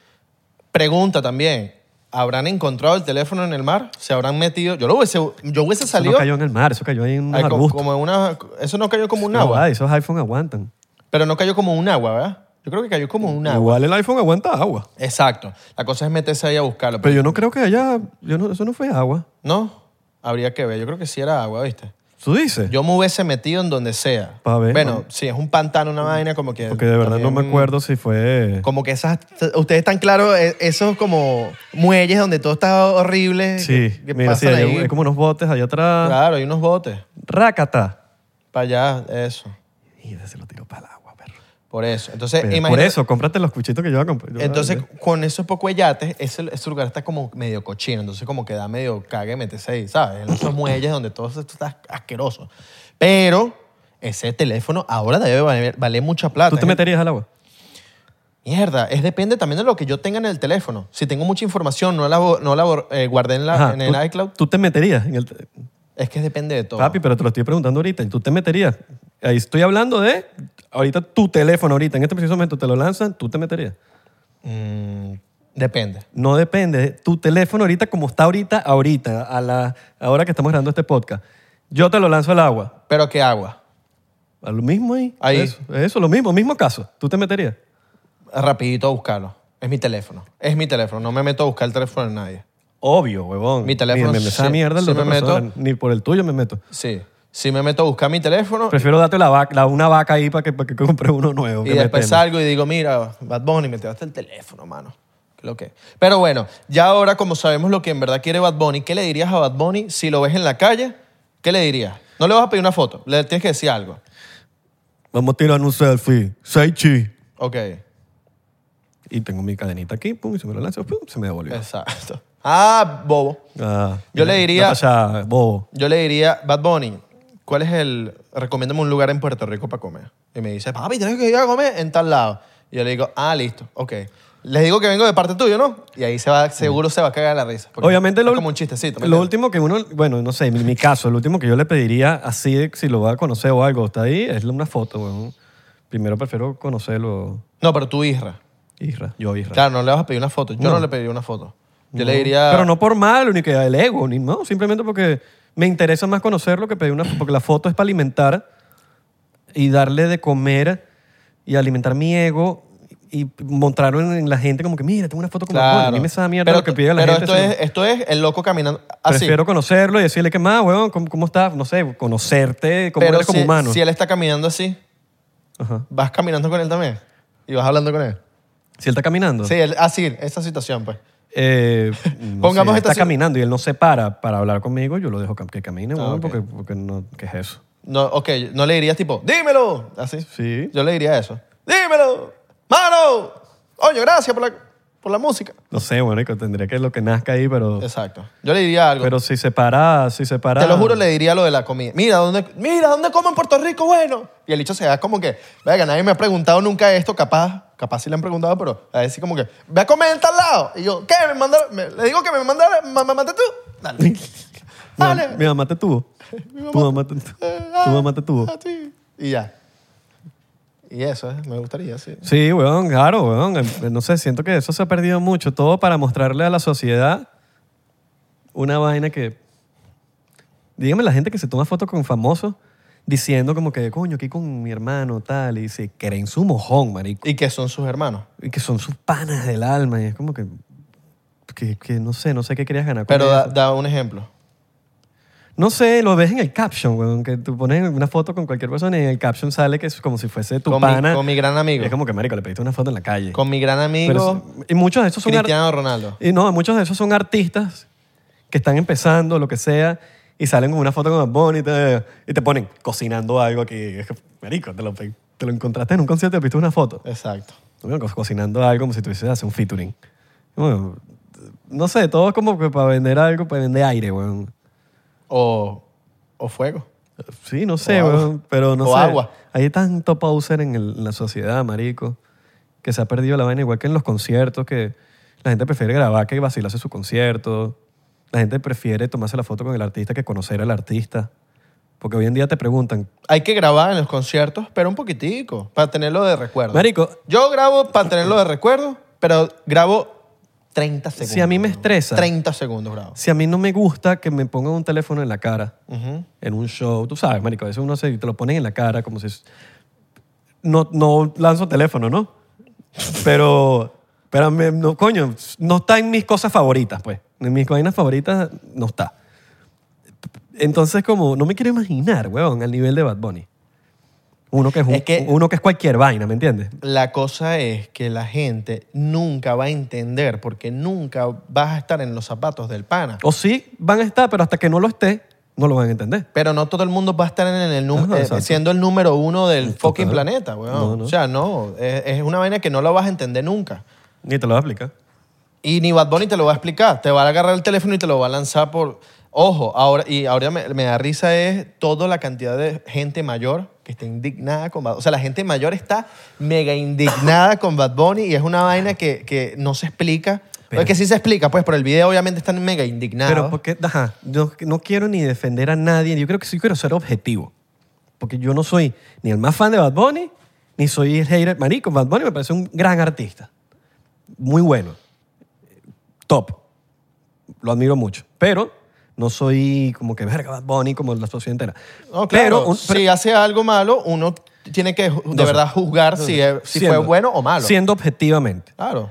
Speaker 2: Pregunta también, ¿habrán encontrado el teléfono en el mar? ¿Se habrán metido? Yo lo hubiese, yo hubiese
Speaker 1: Eso
Speaker 2: salido
Speaker 1: no cayó en el mar, eso cayó ahí en un
Speaker 2: ay, co-
Speaker 1: arbusto.
Speaker 2: como en una, eso no cayó como un
Speaker 1: No,
Speaker 2: agua,
Speaker 1: ay, esos iPhone aguantan.
Speaker 2: pero no cayó como un agua, ¿verdad? Yo creo que cayó como un agua.
Speaker 1: Igual el iPhone aguanta agua.
Speaker 2: Exacto. La cosa es meterse ahí a buscarlo.
Speaker 1: Pero yo no creo que haya... Yo no, eso no fue agua.
Speaker 2: No, habría que ver. Yo creo que sí era agua, ¿viste?
Speaker 1: ¿Tú dices?
Speaker 2: Yo me hubiese metido en donde sea.
Speaker 1: Pa' ver,
Speaker 2: bueno,
Speaker 1: ¿no?
Speaker 2: si es un pantano, una vaina como que...
Speaker 1: Porque de verdad no
Speaker 2: también-
Speaker 1: me acuerdo si fue...
Speaker 2: Como que esas... Ustedes están claros, e- esos como muelles donde todo está horrible.
Speaker 1: Sí,
Speaker 2: que
Speaker 1: mira, sí,
Speaker 2: pasan
Speaker 1: hay,
Speaker 2: ahí.
Speaker 1: un- hay como unos botes allá atrás.
Speaker 2: Claro, hay unos botes.
Speaker 1: Rácata.
Speaker 2: Para allá, eso.
Speaker 1: Y se lo tiró para el agua, perro.
Speaker 2: Por eso. Entonces,
Speaker 1: Pero por
Speaker 2: Eh, imagínate-
Speaker 1: eso, cómprate los cuchitos que yo voy a comprar. Yo- ¿eh?
Speaker 2: Entonces, con esos pocos yates, ese, ese lugar está como medio cochino. Entonces, como que da medio cague meterse ahí, ¿sabes? En esos muelles donde todo esto está asqueroso. Pero ese teléfono ahora debe valer, valer mucha plata.
Speaker 1: ¿tú te
Speaker 2: Es-
Speaker 1: meterías al agua?
Speaker 2: Mierda, es depende también de lo que yo tenga en el teléfono. Si tengo mucha información, no la, bo- no la bor- eh, guardé en, la-
Speaker 1: Ajá,
Speaker 2: en el
Speaker 1: ¿tú-
Speaker 2: iCloud,
Speaker 1: ¿Tú te meterías? En el, te-
Speaker 2: es que depende de todo.
Speaker 1: papi, pero te lo estoy preguntando ahorita. ¿Y tú te meterías? Ahí estoy hablando de... Ahorita tu teléfono, ahorita, en este preciso momento, te lo lanzan, ¿tú te meterías?
Speaker 2: Mm, depende.
Speaker 1: No depende. Tu teléfono ahorita, como está ahorita, ahorita, a la hora que estamos grabando este podcast, yo te lo lanzo al agua.
Speaker 2: Pero ¿qué agua?
Speaker 1: A lo mismo ahí.
Speaker 2: Ahí.
Speaker 1: Eso, eso, lo mismo, mismo caso. ¿Tú te meterías?
Speaker 2: Rapidito a buscarlo. Es mi teléfono. Es mi teléfono. No me meto a buscar el teléfono de nadie.
Speaker 1: Obvio, huevón.
Speaker 2: Mi teléfono
Speaker 1: Ni, me- esa
Speaker 2: sí-
Speaker 1: mierda el de
Speaker 2: sí
Speaker 1: otra
Speaker 2: me meto.
Speaker 1: persona, Ni por el tuyo me meto.
Speaker 2: Sí. Si me meto a buscar mi teléfono
Speaker 1: Prefiero darte la vaca, la- una vaca ahí para que, para que compre uno nuevo.
Speaker 2: y
Speaker 1: que me
Speaker 2: después
Speaker 1: teme.
Speaker 2: salgo y digo, mira, Bad Bunny, me tiraste el teléfono, mano. ¿Qué Lo que. Pero bueno, ya ahora como sabemos lo que en verdad quiere Bad Bunny, ¿qué le dirías a Bad Bunny si lo ves en la calle? ¿Qué le dirías? No le vas a pedir una foto, le tienes que decir algo.
Speaker 1: Vamos a tirar un selfie. Sei chi.
Speaker 2: Ok,
Speaker 1: Y tengo mi cadenita aquí, pum, y se me lo lanzo, pum, se me devolvió.
Speaker 2: exacto. Ah, bobo.
Speaker 1: Ah,
Speaker 2: Yo le diría-
Speaker 1: O sea, bobo.
Speaker 2: Yo le diría, Bad Bunny, ¿cuál es el. Recomiéndame un lugar en Puerto Rico para comer? Y me dice, papi, tienes que ir a comer en tal lado. Y yo le digo, ah, listo, ok. Les digo que vengo de parte tuya, ¿no? Y ahí se va, seguro se va a cagar la risa. porque
Speaker 1: Obviamente
Speaker 2: es
Speaker 1: lo,
Speaker 2: como un chistecito. ¿me
Speaker 1: lo último
Speaker 2: entiendes?
Speaker 1: que uno, bueno, no sé, en mi caso, lo último que yo le pediría, así de- si lo va a conocer o algo, está ahí, es una foto, huevón. Primero prefiero conocerlo,
Speaker 2: No, pero tú, Isra.
Speaker 1: Isra, yo Isra.
Speaker 2: Claro, no le vas a pedir una foto. Yo no, le pediría una foto. Yo le diría.
Speaker 1: Pero no por mal, ni que el ego, ni no, simplemente porque me interesa más conocerlo que pedir una porque la foto es para alimentar y darle de comer y alimentar mi ego y mostrarlo en, en la gente como que mira, tengo una foto con Bad Bunny,
Speaker 2: Claro.
Speaker 1: dime esa mierda lo que pide la
Speaker 2: pero
Speaker 1: gente.
Speaker 2: Esto
Speaker 1: se-
Speaker 2: es, esto es el loco caminando así.
Speaker 1: Prefiero conocerlo y decirle que más, weón, ¿cómo, cómo estás? No sé, conocerte, cómo
Speaker 2: pero
Speaker 1: eres como
Speaker 2: si-
Speaker 1: humano.
Speaker 2: si él está caminando así,
Speaker 1: Ajá.
Speaker 2: vas caminando con él también. Y vas hablando con él.
Speaker 1: Si él está caminando.
Speaker 2: Sí, él- así, esa situación, pues.
Speaker 1: Eh, no
Speaker 2: Pongamos
Speaker 1: sé,
Speaker 2: esta
Speaker 1: está
Speaker 2: si-
Speaker 1: caminando y él no se para para hablar conmigo, yo lo dejo cam- que camine, weón,
Speaker 2: Ah, ok.
Speaker 1: porque, porque no, ¿qué es eso?
Speaker 2: No, ok, no le dirías tipo, dímelo. Así.
Speaker 1: Sí.
Speaker 2: Yo le diría eso. Dímelo. Mano. Oye, gracias por la, por la música.
Speaker 1: No sé, bueno, tendría que lo que nazca ahí, pero,
Speaker 2: Exacto. Yo le diría algo.
Speaker 1: pero si se para, si se para.
Speaker 2: Te lo juro, le diría lo de la comida. Mira, ¿dónde, mira, ¿dónde como en Puerto Rico? Bueno. Y el dicho se da como que, venga, nadie me ha preguntado nunca esto, capaz, capaz sí le han preguntado, pero a decir como que, ve a comer en tal lado. Y yo, ¿qué? Me mandaron, me- le digo que me mandaron, me mandaste tú. Dale.
Speaker 1: Mi mam-
Speaker 2: Dale.
Speaker 1: Mi mamá te tuvo. Tu mamá te,
Speaker 2: Eh, ah.
Speaker 1: tu mamá te tuvo.
Speaker 2: A ti. Y ya. Y eso, eh, me gustaría, sí.
Speaker 1: Sí, weón, eh, claro, weón. No sé, siento que eso se ha perdido mucho. Todo para mostrarle a la sociedad una vaina que... Dígame la gente que se toma fotos con famosos diciendo como que, coño, aquí con mi hermano, tal, y se creen su mojón, marico.
Speaker 2: Y que son sus hermanos.
Speaker 1: Y que son sus panas del alma. Y es como que, que, que no sé, no sé qué querías ganar. con
Speaker 2: Pero da,
Speaker 1: eso.
Speaker 2: da un ejemplo.
Speaker 1: No sé, lo ves en el caption, weón, que tú pones una foto con cualquier persona y en el caption sale que es como si fuese tu
Speaker 2: con,
Speaker 1: pana.
Speaker 2: mi, con mi gran
Speaker 1: Y
Speaker 2: amigo.
Speaker 1: es como que, marico, le pediste una foto en la calle.
Speaker 2: Con mi gran amigo
Speaker 1: Pero- y muchos de esos son... ar-
Speaker 2: Cristiano Ronaldo.
Speaker 1: Y no, muchos de esos son artistas que están empezando, lo que sea, y salen con una foto con Bad Bunny y te, y te ponen cocinando algo aquí. Es que, marico, te lo, pe- te lo encontraste en un concierto y le pediste una foto.
Speaker 2: Exacto.
Speaker 1: Bueno, co- cocinando algo como si tuviese hacer un featuring. Bueno, no sé, todo es como que para vender algo, para vender aire, weón.
Speaker 2: O, o fuego.
Speaker 1: Sí, no sé,
Speaker 2: O agua.
Speaker 1: weón, pero no
Speaker 2: O
Speaker 1: sé.
Speaker 2: agua.
Speaker 1: Hay tanto pauser en, el- en la sociedad, marico, que se ha perdido la vaina, igual que en los conciertos, que la gente prefiere grabar que vacilarse su concierto. La gente prefiere tomarse la foto con el artista que conocer al artista. Porque hoy en día te preguntan,
Speaker 2: Hay que grabar en los conciertos, pero un poquitico, para tenerlo de recuerdo.
Speaker 1: marico,
Speaker 2: Yo grabo para tenerlo de recuerdo, pero grabo 30 segundos.
Speaker 1: Si a mí me
Speaker 2: bro.
Speaker 1: estresa.
Speaker 2: 30 segundos grabo.
Speaker 1: si a mí no me gusta que me pongan un teléfono en la cara,
Speaker 2: Ujú.
Speaker 1: en un show, tú sabes, marico, a veces uno se, te lo ponen en la cara como si... es- No, no lanzo teléfono, ¿no? Pero, pero me- no, coño, no está en mis cosas favoritas, pues. En mis vainas favoritas no está. Entonces, como, no me quiero imaginar, weón, al nivel de Bad Bunny. Uno que es, un-
Speaker 2: Es que-
Speaker 1: uno que es cualquier vaina, ¿me entiendes?
Speaker 2: La cosa es que la gente nunca va a entender porque nunca vas a estar en los zapatos del pana.
Speaker 1: O sí, van a estar, pero hasta que no lo esté, no lo van a entender.
Speaker 2: Pero no todo el mundo va a estar en el nu-
Speaker 1: Ajá,
Speaker 2: eh,
Speaker 1: exacto.
Speaker 2: siendo el número uno del
Speaker 1: Total.
Speaker 2: fucking planeta, weón.
Speaker 1: No, no.
Speaker 2: O sea, no, es, es una vaina que no la vas a entender nunca.
Speaker 1: Ni te lo voy a explicar.
Speaker 2: Y ni Bad Bunny te lo va a explicar. Te va a agarrar el teléfono y te lo va a lanzar por... Ojo, ahora, y ahora me, me da risa es toda la cantidad de gente mayor que está indignada con Bad O sea, la gente mayor está mega indignada con Bad Bunny y es una vaina que, que no se explica.
Speaker 1: Pero-
Speaker 2: es que sí se explica, pues, por el video obviamente están mega indignados.
Speaker 1: Pero porque, ajá, yo no quiero ni defender a nadie. Yo creo que sí quiero ser objetivo. Porque yo no soy ni el más fan de Bad Bunny, ni soy el hater. Marico, Bad Bunny me parece un gran artista. Muy bueno. Top. Lo admiro mucho. Pero no soy como que verga Bad Bunny como la sociedad entera.
Speaker 2: No, claro,
Speaker 1: un-
Speaker 2: si hace algo malo, uno tiene que ju- de
Speaker 1: No sé.
Speaker 2: verdad juzgar si, es- si fue
Speaker 1: siendo-
Speaker 2: bueno o malo.
Speaker 1: Siendo objetivamente.
Speaker 2: Claro.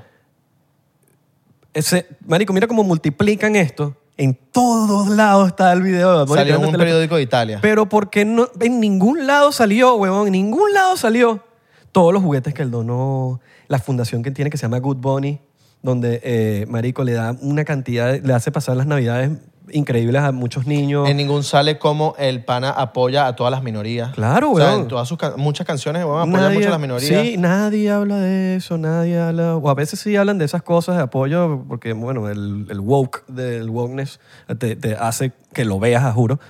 Speaker 1: Ese, marico, mira cómo multiplican esto. En todos lados está el video de Bad Bunny.
Speaker 2: Salió en
Speaker 1: tirando
Speaker 2: un
Speaker 1: el teléfono.
Speaker 2: periódico de Italia.
Speaker 1: Pero porque no, en ningún lado salió, huevón, en ningún lado salió todos los juguetes que él donó, la fundación que tiene que se llama Good Bunny, donde eh, Marico le da una cantidad, le hace pasar las navidades increíbles a muchos niños.
Speaker 2: En ningún sale como el pana apoya a todas las minorías.
Speaker 1: Claro,
Speaker 2: O sea,
Speaker 1: weón.
Speaker 2: en todas sus can- muchas canciones, weón, apoya mucho a las minorías.
Speaker 1: Sí, nadie habla de eso, nadie habla. O a veces sí hablan de esas cosas de apoyo, porque, bueno, el, el woke del wokeness te, te hace que lo veas, a juro.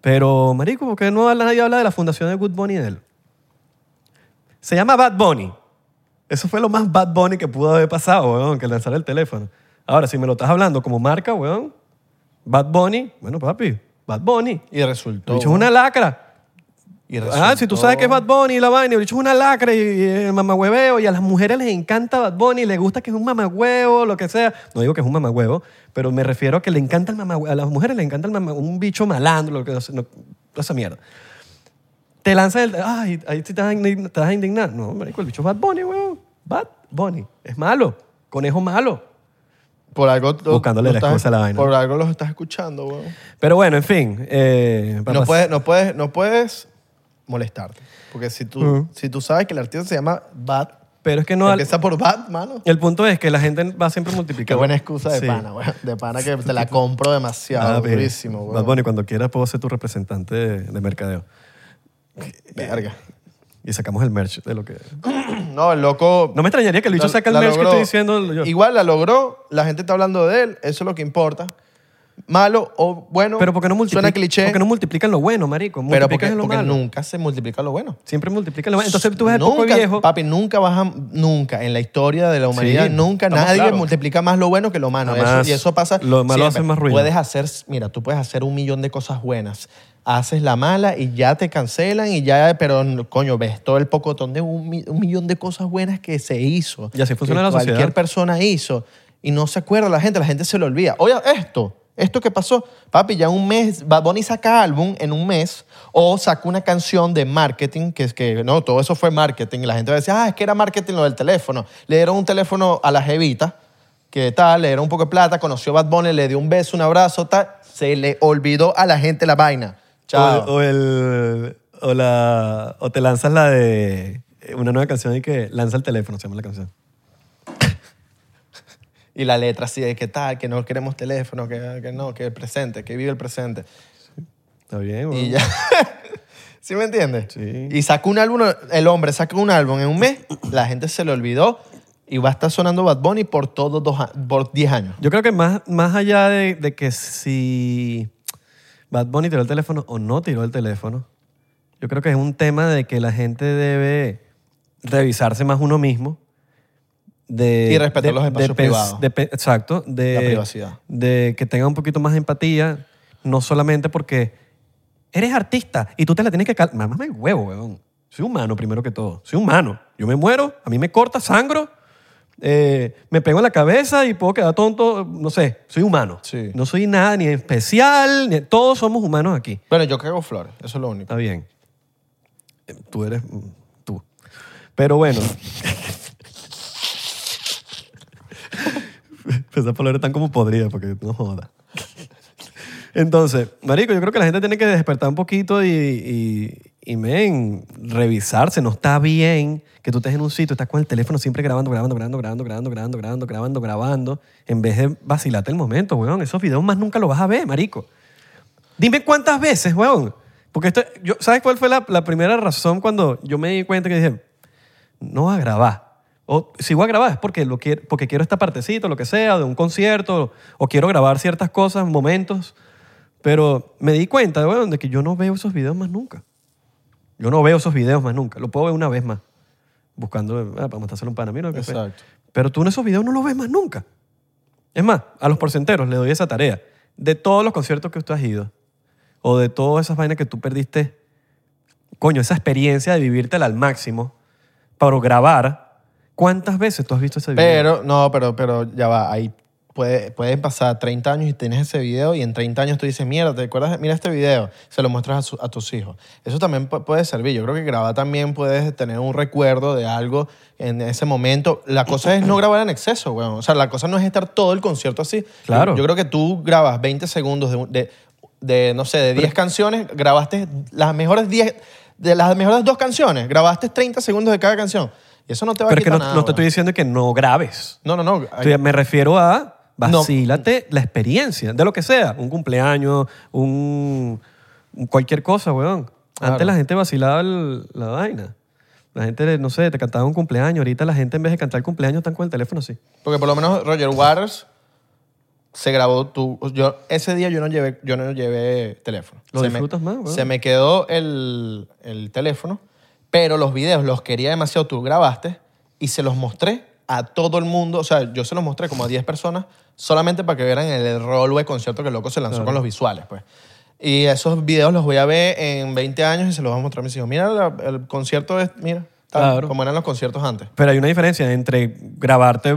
Speaker 1: Pero, marico, ¿por qué no habla, nadie habla de la fundación de Good Bunny de él? Se llama Bad Bunny. Eso fue lo más Bad Bunny que pudo haber pasado, weón, que lanzar el teléfono. Ahora, si me lo estás hablando como marca, weón, Bad Bunny, bueno, papi, Bad Bunny.
Speaker 2: Y
Speaker 1: Lo
Speaker 2: resultó.
Speaker 1: dicho es una lacra.
Speaker 2: y
Speaker 1: Ah,
Speaker 2: resultó-
Speaker 1: si tú sabes que es Bad Bunny y la vaina, y el bicho es una lacra y, y el mamahueveo, y a las mujeres les encanta Bad Bunny, les gusta que es un mamahuevo, lo que sea. No digo que es un mamahuevo, pero me refiero a que le encanta el mamahue- a las mujeres les encanta el mama- un bicho malandro, lo que, no- toda esa mierda. Te lanzan el, ay, ahí te estás indign- te vas a indignar. No, marico, el bicho es Bad Bunny, weón. Bad Bunny. Es malo. Conejo malo.
Speaker 2: Por algo. lo-
Speaker 1: Buscándole
Speaker 2: lo
Speaker 1: la
Speaker 2: estás-
Speaker 1: excusa a la vaina.
Speaker 2: Por algo los estás escuchando, weón.
Speaker 1: Pero bueno, en fin. eh, para
Speaker 2: No
Speaker 1: pas-
Speaker 2: puedes, no, puedes, no puedes molestarte. Porque si tú,
Speaker 1: Ujú.
Speaker 2: si tú sabes que el artista se llama Bad,
Speaker 1: Pero es que no...
Speaker 2: empieza por Bad, mano.
Speaker 1: El punto es que la gente va siempre multiplicando.
Speaker 2: Qué buena excusa de
Speaker 1: Sí.
Speaker 2: pana, weón. De pana que te la compro demasiado.
Speaker 1: Ah, bien.
Speaker 2: durísimo, weón.
Speaker 1: Bad Bunny, cuando quieras puedo ser tu representante de, de mercadeo.
Speaker 2: Verga.
Speaker 1: Y sacamos el merch de lo que...
Speaker 2: No, el loco.
Speaker 1: No me extrañaría que el bicho
Speaker 2: La-
Speaker 1: saque el
Speaker 2: la
Speaker 1: merch
Speaker 2: logró.
Speaker 1: que estoy diciendo yo.
Speaker 2: Igual la logró, la gente está hablando de él, eso es lo que importa. Malo o bueno,
Speaker 1: pero porque no, multiplica-
Speaker 2: suena cliché,
Speaker 1: porque no multiplican lo bueno, marico.
Speaker 2: pero
Speaker 1: Multiplican
Speaker 2: porque,
Speaker 1: lo
Speaker 2: porque
Speaker 1: malo.
Speaker 2: nunca se multiplica lo bueno.
Speaker 1: Siempre multiplican lo bueno. Entonces tú ves el
Speaker 2: nunca,
Speaker 1: poco viejo.
Speaker 2: Papi, nunca vas a, nunca en la historia de la humanidad,
Speaker 1: Sí,
Speaker 2: nunca
Speaker 1: estamos
Speaker 2: nadie
Speaker 1: claros.
Speaker 2: multiplica más lo bueno que lo malo.
Speaker 1: Jamás.
Speaker 2: Eso- y eso pasa.
Speaker 1: Lo malo hace más ruido.
Speaker 2: Puedes hacer, mira, tú puedes hacer un millón de cosas buenas. Haces la mala y ya te cancelan y ya, pero coño, ves todo el pocotón de un, mi- un millón de cosas buenas que se hizo.
Speaker 1: Y así funciona
Speaker 2: que
Speaker 1: la
Speaker 2: cualquier
Speaker 1: sociedad.
Speaker 2: persona hizo y no se acuerda la gente, la gente se lo olvida. Oye, esto Esto que pasó, papi, ya un mes, Bad Bunny saca álbum en un mes o saca una canción de marketing, que es que, no, todo eso fue marketing. Y la gente va a decir, ah, es que era marketing lo del teléfono. Le dieron un teléfono a la jevita, que tal, le dieron un poco de plata, conoció a Bad Bunny, le dio un beso, un abrazo, tal. Se le olvidó a la gente la vaina. Chao.
Speaker 1: O, o el, o, la, o te lanzas la de una nueva canción y que lanza el teléfono, se llama la canción.
Speaker 2: Y la letra así de que tal, que no queremos teléfono, que, que no, que el presente, que vive el presente.
Speaker 1: Está bien,
Speaker 2: Y
Speaker 1: weón.
Speaker 2: ya. ¿Sí me entiendes?
Speaker 1: Sí.
Speaker 2: Y sacó un álbum, el hombre sacó un álbum en un mes, la gente se le olvidó y va a estar sonando Bad Bunny por todos dos, a- por 10 años.
Speaker 1: Yo creo que más, más allá de, de que si Bad Bunny tiró el teléfono o no tiró el teléfono, yo creo que es un tema de que la gente debe revisarse más uno mismo. De,
Speaker 2: Y respetar los espacios
Speaker 1: pens-
Speaker 2: privados.
Speaker 1: de pe- exacto. De,
Speaker 2: La privacidad.
Speaker 1: De que tenga un poquito más de empatía, no solamente porque eres artista y tú te la tienes que... cal- Mamá, el huevo, weón. Soy humano primero que todo. Soy humano. Yo me muero, a mí me corta, sangro, eh, me pego en la cabeza y puedo quedar tonto, no sé. Soy humano.
Speaker 2: Sí.
Speaker 1: No soy nada ni especial, ni- todos somos humanos aquí.
Speaker 2: Bueno, yo cago flores, eso es lo único.
Speaker 1: Está bien. Eh, Tú eres mm, tú. Pero bueno. Pues Esas palabras están como podridas porque no joda. Entonces, marico, yo creo que la gente tiene que despertar un poquito y, y, y, men, revisarse. No está bien que tú estés en un sitio, estás con el teléfono siempre grabando, grabando, grabando, grabando, grabando, grabando, grabando, grabando, grabando, en vez de vacilarte el momento, weón. Esos videos más nunca los vas a ver, marico. Dime cuántas veces, weón. Porque esto, yo, ¿sabes cuál fue la, la primera razón cuando yo me di cuenta que dije, no voy a grabar? O si voy a grabar es porque, lo quiero, porque quiero esta partecita, lo que sea, de un concierto, o quiero grabar ciertas cosas, momentos. Pero me di cuenta, weón, de que yo no veo esos videos más nunca. Yo no veo esos videos más nunca. Lo puedo ver una vez más. Buscando, ah, para mostrárselo a un pana, mira lo que fue.
Speaker 2: Exacto.
Speaker 1: Pero tú en esos videos no los ves más nunca. Es más, a los porcenteros le doy esa tarea. De todos los conciertos que tú has ido, o de todas esas vainas que tú perdiste, coño, esa experiencia de vivírtela al máximo para grabar, ¿cuántas veces tú has visto ese video?
Speaker 2: Pero, no, pero, pero ya va, ahí puede, pueden pasar 30 años y tienes ese video y en 30 años tú dices, mierda, ¿te acuerdas? de- Mira este video, se lo muestras a, su- a tus hijos. Eso también pu- puede servir. Yo creo que grabar también puedes tener un recuerdo de algo en ese momento. La cosa es no grabar en exceso, weón. O sea, la cosa no es estar todo el concierto así.
Speaker 1: Claro.
Speaker 2: Yo, yo creo que tú grabas 20 segundos de, un- de, de, no sé, de 10 canciones, grabaste las mejores 10, de las mejores dos canciones, grabaste 30 segundos de cada canción. Y eso no te va
Speaker 1: Pero
Speaker 2: a
Speaker 1: es que
Speaker 2: quitar
Speaker 1: no,
Speaker 2: nada,
Speaker 1: no te
Speaker 2: weón.
Speaker 1: estoy diciendo que no grabes.
Speaker 2: No, no, no. Ay,
Speaker 1: Estoy- me refiero a
Speaker 2: No.
Speaker 1: vacílate la experiencia, de lo que sea, un cumpleaños, un, un cualquier cosa, weón. Antes
Speaker 2: Claro.
Speaker 1: la gente vacilaba el- la vaina. La gente, no sé, te cantaba un cumpleaños. Ahorita la gente en vez de cantar el cumpleaños están con el teléfono así.
Speaker 2: Porque por lo menos Roger Waters se grabó tú. Yo, ese día yo no llevé, yo no llevé teléfono.
Speaker 1: Lo
Speaker 2: se
Speaker 1: disfrutas
Speaker 2: me,
Speaker 1: más, weón.
Speaker 2: Se me quedó el, el teléfono, pero los videos los quería demasiado. Tú grabaste y se los mostré a todo el mundo. O sea, yo se los mostré como a 10 personas solamente para que vieran el rollo de concierto que el loco se lanzó con los visuales, pues. Y esos videos los voy a ver en 20 años y se los voy a mostrar a mis hijos. Mira, la- el concierto es, mira, tal,
Speaker 1: Claro.
Speaker 2: como eran los conciertos antes.
Speaker 1: Pero hay una diferencia entre grabarte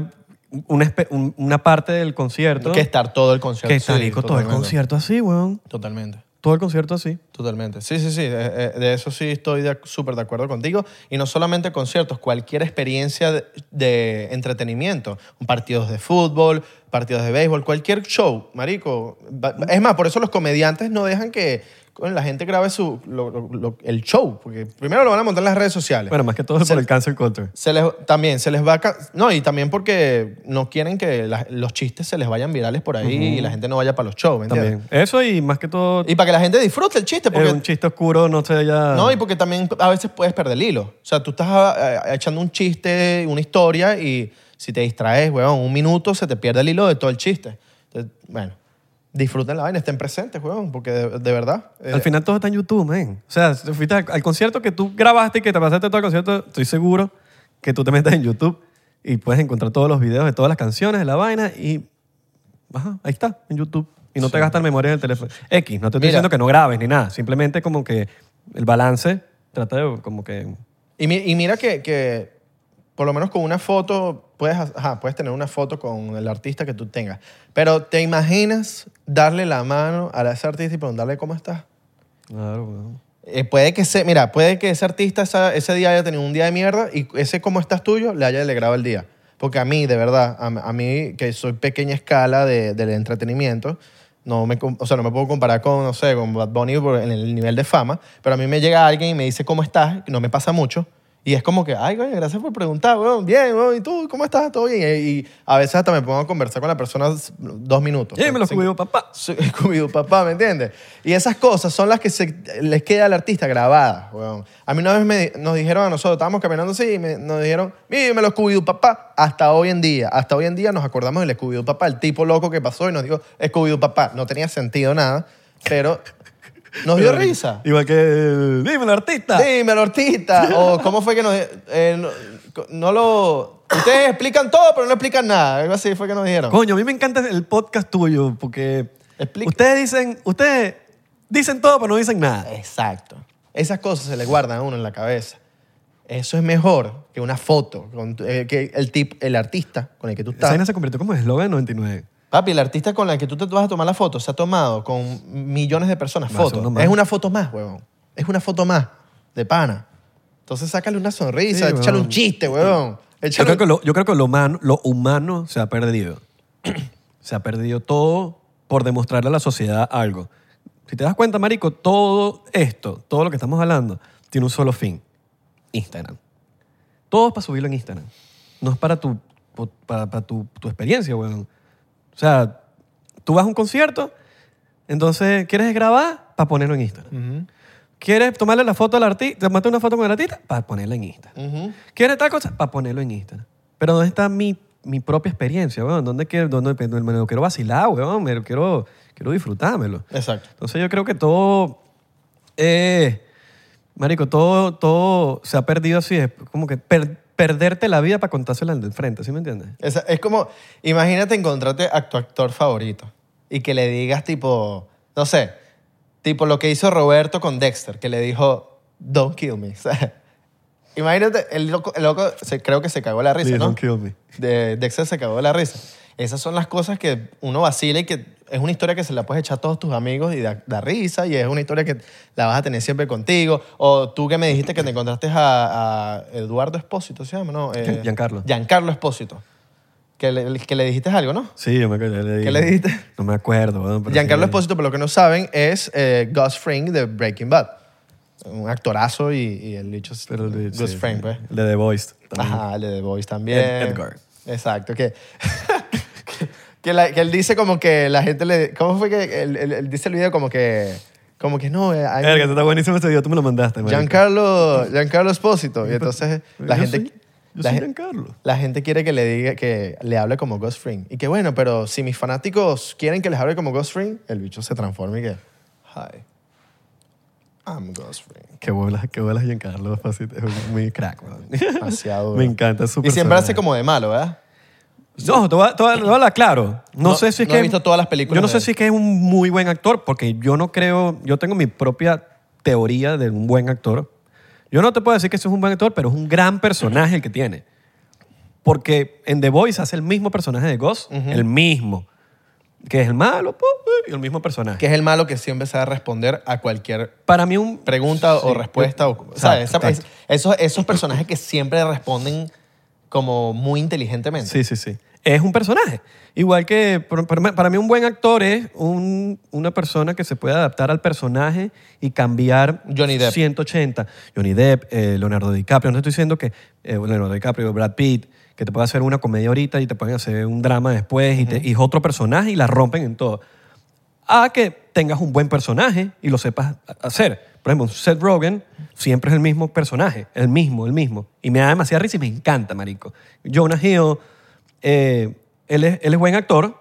Speaker 1: una, espe- un- una parte del concierto
Speaker 2: Que estar todo el concierto.
Speaker 1: que está
Speaker 2: sí,
Speaker 1: rico todo el
Speaker 2: totalmente.
Speaker 1: concierto así, weón.
Speaker 2: Totalmente,
Speaker 1: Todo el concierto así.
Speaker 2: totalmente. Sí, sí, sí, eh, eh, de, eso sí estoy de ac- súper de acuerdo contigo. Y no solamente conciertos, cualquier experiencia de, de entretenimiento, partidos de fútbol, partidos de béisbol, cualquier show, marico. Va- va- Es más, por eso los comediantes no dejan que coño, la gente grabe su, lo- lo- lo- el show, porque primero lo van a montar en las redes sociales.
Speaker 1: Bueno, más que todo
Speaker 2: Se-
Speaker 1: por el cancel culture.
Speaker 2: Se les, también se les va a... ca- No, y también porque no quieren que la- los chistes se les vayan virales por ahí y la gente no vaya para los shows, ¿me entiendes?
Speaker 1: También. Eso y más que todo
Speaker 2: Y para que la gente disfrute el chiste,
Speaker 1: eh,
Speaker 2: porque
Speaker 1: un chiste oscuro, no sé, ya...
Speaker 2: No, y porque también a veces puedes perder el hilo. O sea, tú estás ah, ah, echando un chiste, una historia, y si te distraes, weón, un minuto se te pierde el hilo de todo el chiste. Entonces, bueno, disfruten la vaina, estén presentes, weón, porque de, de verdad. eh,
Speaker 1: Al final todo está en YouTube, man. O sea, si fuiste al, al concierto que tú grabaste y que te pasaste todo el concierto, estoy seguro que tú te metes en YouTube y puedes encontrar todos los videos de todas las canciones, de la vaina y... Ajá, ahí está, en YouTube. Y no te gastan memoria del teléfono. X, no te estoy
Speaker 2: Mira.
Speaker 1: diciendo que no grabes ni nada. Simplemente como que el balance trata de como que...
Speaker 2: Y, mi- y mira que, que, por lo menos con una foto, puedes, ajá, puedes tener una foto con el artista que tú tengas, pero ¿te imaginas darle la mano a ese artista y preguntarle cómo estás?
Speaker 1: Claro, weón.
Speaker 2: Eh, puede que se, mira, puede que ese artista esa- ese día haya tenido un día de mierda y ese cómo estás tuyo le haya alegrado el día. Porque a mí, de verdad, a, a mí que soy pequeña escala de- del entretenimiento, no me, com- o sea, no me puedo comparar con, no sé, con Bad Bunny por- en el nivel de fama, pero a mí me llega alguien y me dice cómo estás, que no me pasa mucho, y es como que, ay, coño, gracias por preguntar, weón, bien, weón, ¿y tú cómo estás? ¿Todo bien? Y, y a veces hasta me pongo a conversar con la persona s- dos minutos.
Speaker 1: Y me los
Speaker 2: Cinco-
Speaker 1: cuido, papá.
Speaker 2: Scooby-Doo, papá, ¿me entiendes? Y esas cosas son las que se, les queda al artista grabadas, weón. A mí una vez me, nos dijeron a nosotros, estábamos caminando así, y me- nos dijeron, mímelo Scooby-Doo, papá. Hasta hoy en día, hasta hoy en día nos acordamos del Scooby-Doo, papá, el tipo loco que pasó y nos dijo, Scooby-Doo, papá. No tenía sentido nada, pero nos dio risa.
Speaker 1: Igual que el... Dímelo, artista.
Speaker 2: Dímelo, artista. O cómo fue que nos... eh, no, no lo... Ustedes explican todo, pero no explican nada. Algo así fue que nos dijeron.
Speaker 1: Coño, a mí me encanta el podcast tuyo porque
Speaker 2: Explica.
Speaker 1: ustedes dicen, ustedes dicen todo pero no dicen nada.
Speaker 2: Exacto. Esas cosas se le guardan a uno en la cabeza. Eso es mejor que una foto con tu- eh, que el tip, el artista con el que tú
Speaker 1: Esa vaina
Speaker 2: estás.
Speaker 1: se convirtió como en eslogan en 99.
Speaker 2: Papi, el artista con el que tú te vas a tomar la foto se ha tomado con millones de personas
Speaker 1: No,
Speaker 2: fotos.
Speaker 1: eso no más.
Speaker 2: Es una foto más, huevón. Es una foto más de pana. Entonces sácale una sonrisa,
Speaker 1: Sí,
Speaker 2: échale un
Speaker 1: huevón.
Speaker 2: chiste, huevón.
Speaker 1: Yo
Speaker 2: Échale
Speaker 1: creo, que
Speaker 2: un-
Speaker 1: lo, yo creo que lo humano, lo humano se ha perdido. se ha perdido todo por demostrarle a la sociedad algo. Si te das cuenta, marico, todo esto, todo lo que estamos hablando, tiene un solo fin. Instagram. Todo es para subirlo en Instagram. No es para tu, po- para, para tu, tu experiencia, weón. O sea, tú vas a un concierto, entonces quieres grabar para ponerlo en Instagram. ¿Quieres tomarle la foto al artista? ¿Tomarte una foto con el artista? Para ponerla en Instagram.
Speaker 2: Ujú.
Speaker 1: ¿Quieres tal cosa? Para ponerlo en Instagram. Pero ¿dónde está mi, mi propia experiencia, weón? ¿Dónde quiero, dónde, me lo quiero vacilar, weón? Me lo quiero, quiero disfrutármelo.
Speaker 2: Exacto.
Speaker 1: Entonces yo creo que todo, eh, marico, todo, todo se ha perdido así. Es como que per- perderte la vida para contársela al de enfrente, ¿sí me entiendes?
Speaker 2: Esa- es como, imagínate encontrarte a tu actor favorito y que le digas tipo, no sé, tipo lo que hizo Roberto con Dexter, que le dijo, don't kill me. ¿sabes? imagínate, el loco, el loco se- creo que se cagó la risa,
Speaker 1: Please
Speaker 2: ¿no?
Speaker 1: don't kill me.
Speaker 2: De, Dexter se cagó la risa. Esas son las cosas que uno vacila y que es una historia que se la puedes echar a todos tus amigos y da, da risa y es una historia que la vas a tener siempre contigo. O tú que me dijiste que te encontraste a, a Eduardo Espósito, ¿se llama? No, Eh,
Speaker 1: Giancarlo.
Speaker 2: Giancarlo Espósito. Que le, que le dijiste algo, ¿no?
Speaker 1: Sí, yo me acuerdo. Le
Speaker 2: ¿Qué le dijiste?
Speaker 1: No me acuerdo, weón. pero
Speaker 2: Giancarlo
Speaker 1: sí.
Speaker 2: Espósito, por lo que no saben, es eh, Gus Fring de Breaking Bad. Un actorazo y, y el dicho es
Speaker 1: Pero le-
Speaker 2: Gus
Speaker 1: sí,
Speaker 2: Fring,
Speaker 1: sí.
Speaker 2: pues.
Speaker 1: El de The Voice. también.
Speaker 2: Ajá, el de The Voice también.
Speaker 1: Ed- Edgar.
Speaker 2: Exacto, que, que, que la- que él dice como que la gente le... ¿Cómo fue que él, él- él dice el video como que... Como que no, eh, hay-
Speaker 1: Verga, está buenísimo ese video. Tú me lo mandaste, marico.
Speaker 2: Giancarlo, Giancarlo Espósito. Y entonces la
Speaker 1: Yo
Speaker 2: gente...
Speaker 1: soy- yo
Speaker 2: la
Speaker 1: soy
Speaker 2: gen-
Speaker 1: Giancarlo.
Speaker 2: La gente quiere que le diga que le hable como Ghost Fring. Y que bueno, pero si mis fanáticos quieren que les hable como Ghost Fring, el bicho se transforma y que. Hi. I'm Ghost Fring.
Speaker 1: Que vuelas, que vuelas Giancarlo Espósito. Es muy crack, weón.
Speaker 2: Demasiado.
Speaker 1: Me encanta su
Speaker 2: Y siempre
Speaker 1: personaje.
Speaker 2: hace como de malo, ¿verdad?
Speaker 1: No, te voy a, te voy a- te voy a hablar claro. No,
Speaker 2: No-
Speaker 1: sé si es
Speaker 2: no
Speaker 1: que...
Speaker 2: he visto todas las películas
Speaker 1: Yo no
Speaker 2: de
Speaker 1: sé
Speaker 2: él.
Speaker 1: si es que es un muy buen actor, porque yo no creo... Yo tengo mi propia teoría de un buen actor. Yo no te puedo decir que eso es un buen actor, pero es un gran personaje el que tiene. Porque en The Voice hace el mismo personaje de Ghost, el mismo. Que es el malo, po, y el mismo personaje.
Speaker 2: Que es el malo que siempre sabe responder a cualquier
Speaker 1: Para mí un...
Speaker 2: pregunta o
Speaker 1: Sí,
Speaker 2: respuesta. O,
Speaker 1: exacto,
Speaker 2: ¿sabes? Esa-
Speaker 1: exacto.
Speaker 2: es- esos, esos personajes que siempre responden como muy inteligentemente.
Speaker 1: Sí, sí, sí. Es un personaje. Igual que por- por- para mí un buen actor es un- una persona que se puede adaptar al personaje y cambiar
Speaker 2: Johnny Depp.
Speaker 1: 180. Johnny Depp, eh, Leonardo DiCaprio. No estoy diciendo que eh, Leonardo DiCaprio, Brad Pitt, que te puede hacer una comedia ahorita y te pueden hacer un drama después y, te- y es otro personaje y la rompen en todo. A que tengas un buen personaje y lo sepas ha- hacer. Por ejemplo, Seth Rogen siempre es el mismo personaje, el mismo, el mismo. Y me da demasiada risa y me encanta, marico. Jonah Hill, eh, él, es, él es buen actor,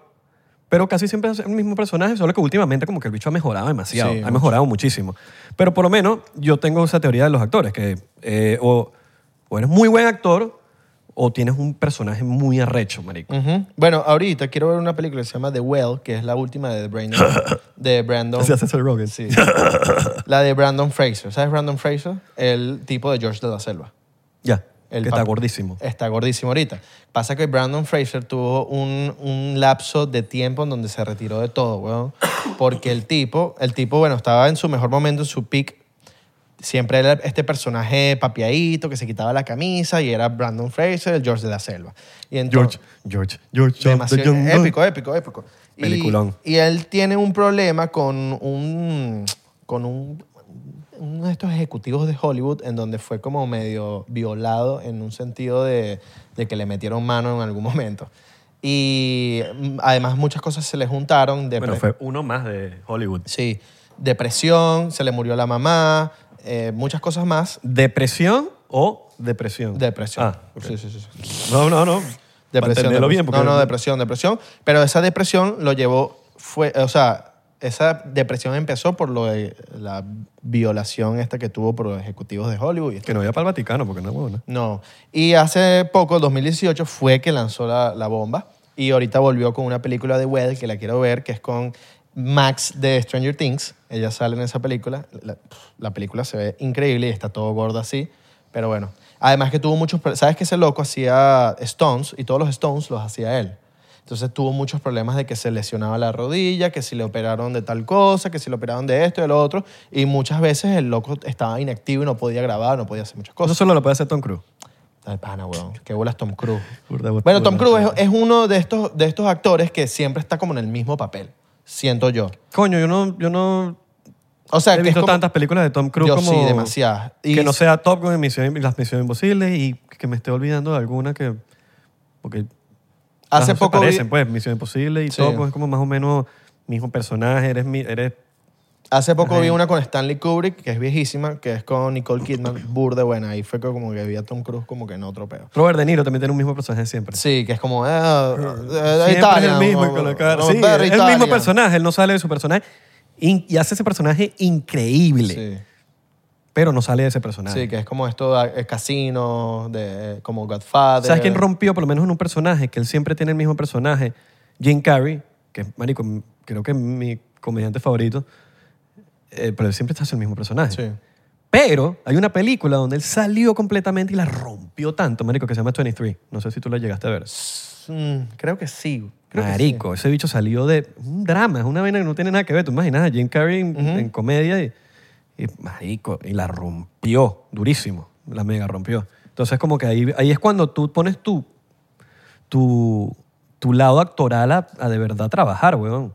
Speaker 1: pero casi siempre es el mismo personaje, solo que últimamente como que el bicho ha mejorado demasiado,
Speaker 2: Sí,
Speaker 1: ha
Speaker 2: mucho.
Speaker 1: mejorado muchísimo. Pero por lo menos yo tengo esa teoría de los actores, que eh, o, o eres muy buen actor o tienes un personaje muy arrecho, marico.
Speaker 2: Ujú. Bueno, ahorita quiero ver una película que se llama The Well, que es la última de Brandon. de Brandon.
Speaker 1: Así hace Seth Rogen.
Speaker 2: Sí. la de Brandon Fraser. ¿Sabes Brandon Fraser? El tipo de George de la Selva.
Speaker 1: Ya.
Speaker 2: El
Speaker 1: que está
Speaker 2: papel-
Speaker 1: gordísimo.
Speaker 2: Está gordísimo ahorita. Pasa que Brandon Fraser tuvo un, un lapso de tiempo en donde se retiró de todo, weón. Porque el tipo, el tipo, bueno, estaba en su mejor momento, en su peak. Siempre era este personaje papiadito que se quitaba la camisa y era Brandon Fraser, el George de la Selva. Y entonces-
Speaker 1: George, George, George, George.
Speaker 2: Demasiado
Speaker 1: George,
Speaker 2: épico, épico, épico. Y-
Speaker 1: Peliculón.
Speaker 2: Y, él tiene un problema con un con un uno de estos ejecutivos de Hollywood en donde fue como medio violado en un sentido de, de que le metieron mano en algún momento. Y mm, además muchas cosas se le juntaron. de
Speaker 1: Bueno, fue uno más de Hollywood.
Speaker 2: Sí, depresión, se le murió la mamá, eh, muchas cosas más.
Speaker 1: ¿Depresión o depresión?
Speaker 2: Depresión.
Speaker 1: Ah, ok.
Speaker 2: Sí, sí, sí, sí.
Speaker 1: No, no, no. Para
Speaker 2: Depresión.
Speaker 1: entenderlo
Speaker 2: depresión.
Speaker 1: bien. Porque
Speaker 2: No, no, depresión, depresión. Pero esa depresión lo llevó, fue, o sea, esa depresión empezó por lo de la violación esta que tuvo por los ejecutivos de Hollywood. y esto.
Speaker 1: Que no vaya para el Vaticano porque no es huevona.
Speaker 2: No. Y hace poco, 2018, fue que lanzó la, la bomba. Y ahorita volvió con una película de Well que la quiero ver, que es con Max de Stranger Things. Ella sale en esa película. La, la película se ve increíble y está todo gordo así. Pero bueno. Además que tuvo muchos... pro- ¿Sabes que ese loco hacía Stones? Y todos los Stones los hacía él. Entonces tuvo muchos problemas de que se lesionaba la rodilla, que si le operaron de tal cosa, que si le operaron de esto y de lo otro. Y muchas veces el loco estaba inactivo y no podía grabar, no podía hacer muchas cosas.
Speaker 1: Eso solo lo puede hacer Tom Cruise.
Speaker 2: Ay, pana, weón. Qué bolas Tom Cruise.
Speaker 1: Burda, burda,
Speaker 2: Bueno, Tom
Speaker 1: burda.
Speaker 2: Cruise es, es uno de estos, de estos actores que siempre está como en el mismo papel, siento yo.
Speaker 1: Coño, yo no, yo no
Speaker 2: O sea,
Speaker 1: he
Speaker 2: que es
Speaker 1: visto
Speaker 2: como-
Speaker 1: tantas películas de Tom Cruise
Speaker 2: Yo
Speaker 1: como...
Speaker 2: sí, demasiadas. Y-
Speaker 1: Que no sea Top Gun y Misión- y las Misiones Imposibles y que me esté olvidando de alguna que... Porque
Speaker 2: Hace
Speaker 1: las dos se
Speaker 2: poco vi-
Speaker 1: parecen, pues, Misión Imposible y
Speaker 2: Sí.
Speaker 1: Top Gun es como más o menos mismo personaje, eres... mi- eres
Speaker 2: Hace poco vi una con Stanley Kubrick, que es viejísima, que es con Nicole Kidman, burde buena. Ahí fue que como que vi a Tom Cruise como que en otro peo.
Speaker 1: Robert De Niro también tiene un mismo personaje siempre.
Speaker 2: Sí, que es como... eh, eh,
Speaker 1: Siempre
Speaker 2: Italia,
Speaker 1: es el mismo.
Speaker 2: como-
Speaker 1: con la cara.
Speaker 2: como
Speaker 1: Sí,
Speaker 2: Barry
Speaker 1: es el mismo
Speaker 2: Italia.
Speaker 1: personaje, él no sale de su personaje in- y hace ese personaje increíble,
Speaker 2: Sí.
Speaker 1: pero no sale de ese personaje.
Speaker 2: Sí, que es como esto, eh, casino, de, como Godfather.
Speaker 1: ¿Sabes quién rompió, por lo menos en un personaje, que él siempre tiene el mismo personaje? Jim Carrey, que es, marico, m- creo que es mi comediante favorito, eh, pero él siempre está haciendo el mismo personaje.
Speaker 2: Sí.
Speaker 1: Pero hay una película donde él salió completamente y la rompió tanto, marico, que se llama 23. No sé si tú la llegaste a ver.
Speaker 2: Mm, creo que sí. Creo que sí.
Speaker 1: Marico, ese bicho salió de un drama, es una vaina que no tiene nada que ver. Tú imaginas a Jim Carrey en, en comedia y, y, marico, y la rompió durísimo, la mega rompió. Entonces como que ahí, ahí es cuando tú pones tu, tu, tu lado actoral a, a de verdad trabajar, weón.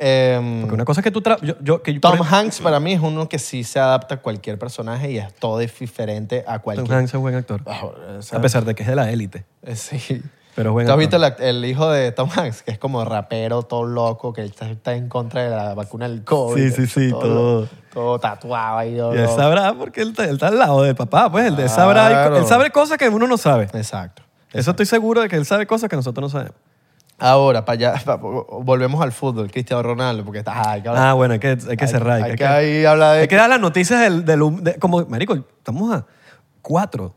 Speaker 2: Em,
Speaker 1: Porque una cosa es que tú... tra- Yo, yo- que yo-
Speaker 2: Tom
Speaker 1: por-
Speaker 2: Hanks para mí es uno que sí se adapta a cualquier personaje y es todo dif- diferente a
Speaker 1: Tom
Speaker 2: cualquier.
Speaker 1: Hanks es buen actor,
Speaker 2: Ah, o sea,
Speaker 1: a pesar de que es de la élite.
Speaker 2: eh, Sí.
Speaker 1: Pero es buen
Speaker 2: ¿Tú has
Speaker 1: actor.
Speaker 2: visto la- el hijo de Tom Hanks, que es como rapero, todo loco, que está, está en contra de la vacuna del COVID?
Speaker 1: Sí, sí, sí, todo.
Speaker 2: Todo tatuado y todo
Speaker 1: Y él
Speaker 2: loco.
Speaker 1: sabrá porque él, está- él está al lado de papá, pues él, sabrá,
Speaker 2: Claro.
Speaker 1: él sabe cosas que uno no sabe.
Speaker 2: Exacto.
Speaker 1: Eso estoy seguro de que él sabe cosas que nosotros no sabemos.
Speaker 2: Ahora, para allá, pa- volvemos al fútbol, Cristiano Ronaldo, porque está. Ah, hay que hablar-
Speaker 1: Ah, bueno, hay que, hay que
Speaker 2: hay-
Speaker 1: cerrar.
Speaker 2: Hay, que ahí hablar de.
Speaker 1: hay que dar las noticias del... del- de- como, marico, estamos a cuatro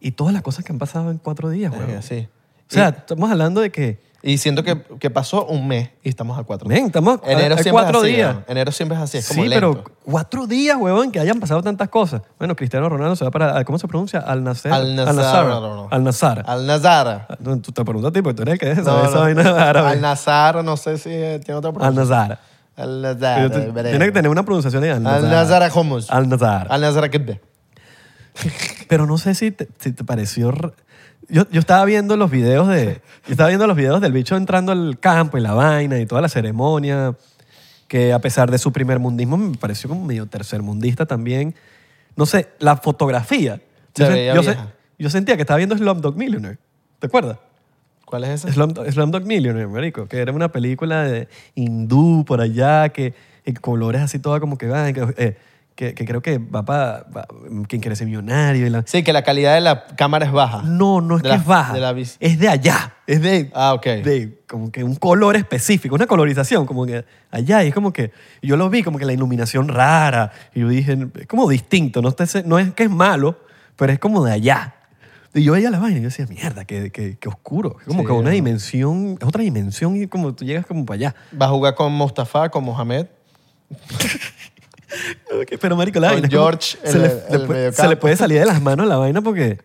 Speaker 1: y todas las cosas que han pasado en cuatro días, güey.
Speaker 2: Eh, sí.
Speaker 1: O sea, estamos hablando de que...
Speaker 2: Y siento que, que pasó un mes y estamos a cuatro.
Speaker 1: Men, estamos a-
Speaker 2: Enero
Speaker 1: a
Speaker 2: siempre
Speaker 1: cuatro
Speaker 2: es así,
Speaker 1: días.
Speaker 2: ¿no? Enero siempre es así, es como
Speaker 1: sí,
Speaker 2: lento.
Speaker 1: pero cuatro días, huevón, que hayan pasado tantas cosas. Bueno, Cristiano Ronaldo se va para... ah, ¿Cómo se pronuncia? Al Nassr.
Speaker 2: Al Nazar. no, no, no.
Speaker 1: Al Nassr.
Speaker 2: Al Nazar.
Speaker 1: No, Tú te preguntas, tipo, tú eres el que es
Speaker 2: No,
Speaker 1: esa, esa
Speaker 2: no.
Speaker 1: vaina árabe.
Speaker 2: Al Nazar, no sé si eh, tiene otra
Speaker 1: Al
Speaker 2: pronunciación.
Speaker 1: Nassr.
Speaker 2: Al
Speaker 1: Pero
Speaker 2: Nazar.
Speaker 1: tú- Tiene que tener una pronunciación ahí. Al
Speaker 2: Al
Speaker 1: Nassr.
Speaker 2: Nazar Hummus.
Speaker 1: Al Nassr.
Speaker 2: Al Nazar Kebbe.
Speaker 1: Pero no sé si te, si te pareció... r- Yo, yo estaba viendo los videos de... Yo estaba viendo los videos del bicho entrando al campo y la vaina y toda la ceremonia, que a pesar de su primer mundismo me pareció como medio tercermundista también. No sé, la fotografía.
Speaker 2: Se
Speaker 1: yo,
Speaker 2: veía
Speaker 1: yo
Speaker 2: vieja.
Speaker 1: yo sentía que estaba viendo Slumdog Millionaire. ¿Te acuerdas?
Speaker 2: ¿Cuál es esa?
Speaker 1: Slumdog, Slumdog Millionaire, marico, que era una película de hindú por allá, que en colores así toda como que van, que, eh, que, que creo que va para quien quiere ser millonario y la...
Speaker 2: Sí, que la calidad de la cámara es baja.
Speaker 1: No, no es
Speaker 2: Ah. De
Speaker 1: que
Speaker 2: la-
Speaker 1: es baja.
Speaker 2: de la vis-
Speaker 1: es de allá. Es de,
Speaker 2: Ah, ok.
Speaker 1: de como que un color específico, una colorización, como que allá. Y es como que yo lo vi como que la iluminación rara. Y yo dije, es como distinto. No, te- no es que es malo, pero es como de allá. Y yo veía la vaina y yo decía, mierda, qué, qué- qué oscuro. Es como
Speaker 2: Sí,
Speaker 1: que una
Speaker 2: ¿no?
Speaker 1: dimensión, es otra dimensión y como tú llegas como para allá.
Speaker 2: Va a jugar con Mustafa, con Mohamed.
Speaker 1: Pero marico, la
Speaker 2: Con
Speaker 1: vaina es como-
Speaker 2: George en
Speaker 1: se, le,
Speaker 2: el-
Speaker 1: le
Speaker 2: el
Speaker 1: puede-
Speaker 2: mediocampo.
Speaker 1: se le puede salir de las manos la vaina porque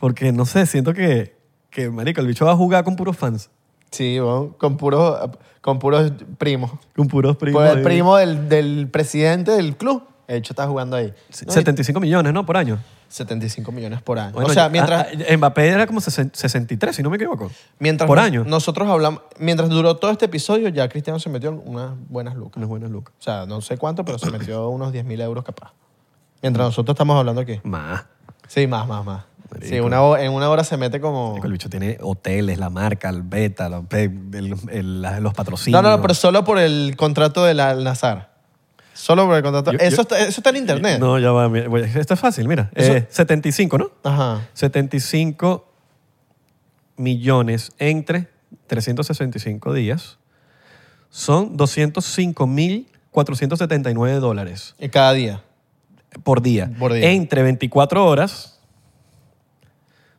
Speaker 1: Porque, no sé, siento que, que, marico, el bicho va a jugar con puros fans.
Speaker 2: Sí, weón, con puros, con puros primos.
Speaker 1: Con puros primos.
Speaker 2: Por el
Speaker 1: ahí.
Speaker 2: primo del, del presidente del club. De hecho, está jugando ahí.
Speaker 1: Se-
Speaker 2: No, y
Speaker 1: 75 millones, ¿no? Por año.
Speaker 2: 75 millones por año.
Speaker 1: Bueno,
Speaker 2: o sea,
Speaker 1: ya-
Speaker 2: mientras,
Speaker 1: ah, ah, Mbappé era como 60 63, si no me equivoco.
Speaker 2: mientras
Speaker 1: por
Speaker 2: nos-
Speaker 1: año.
Speaker 2: nosotros hablamos, mientras duró todo este episodio, ya Cristiano se metió en unas buenas lucas.
Speaker 1: Unas buenas lucas.
Speaker 2: O sea, no sé cuánto, pero se metió unos 10 mil euros capaz. Mientras nosotros estamos hablando aquí.
Speaker 1: Más.
Speaker 2: Sí, más, más, más.
Speaker 1: Marico.
Speaker 2: Sí, una, ho- en una hora se mete como...
Speaker 1: El bicho tiene hoteles, la marca, el beta, los, pe- el- el- la- los patrocinios.
Speaker 2: No, no, no, pero solo por el contrato del Al-Nazar. Solo por el contrato.
Speaker 1: Yo-
Speaker 2: eso,
Speaker 1: yo-
Speaker 2: está, eso está en internet.
Speaker 1: No, ya va. mira, voy- Esto es fácil, mira.
Speaker 2: Eso-
Speaker 1: Eh, 75, ¿no?
Speaker 2: Ajá.
Speaker 1: 75 millones entre 365 días son 205.479 dólares
Speaker 2: Y cada día.
Speaker 1: por día.
Speaker 2: Por día.
Speaker 1: Entre 24 horas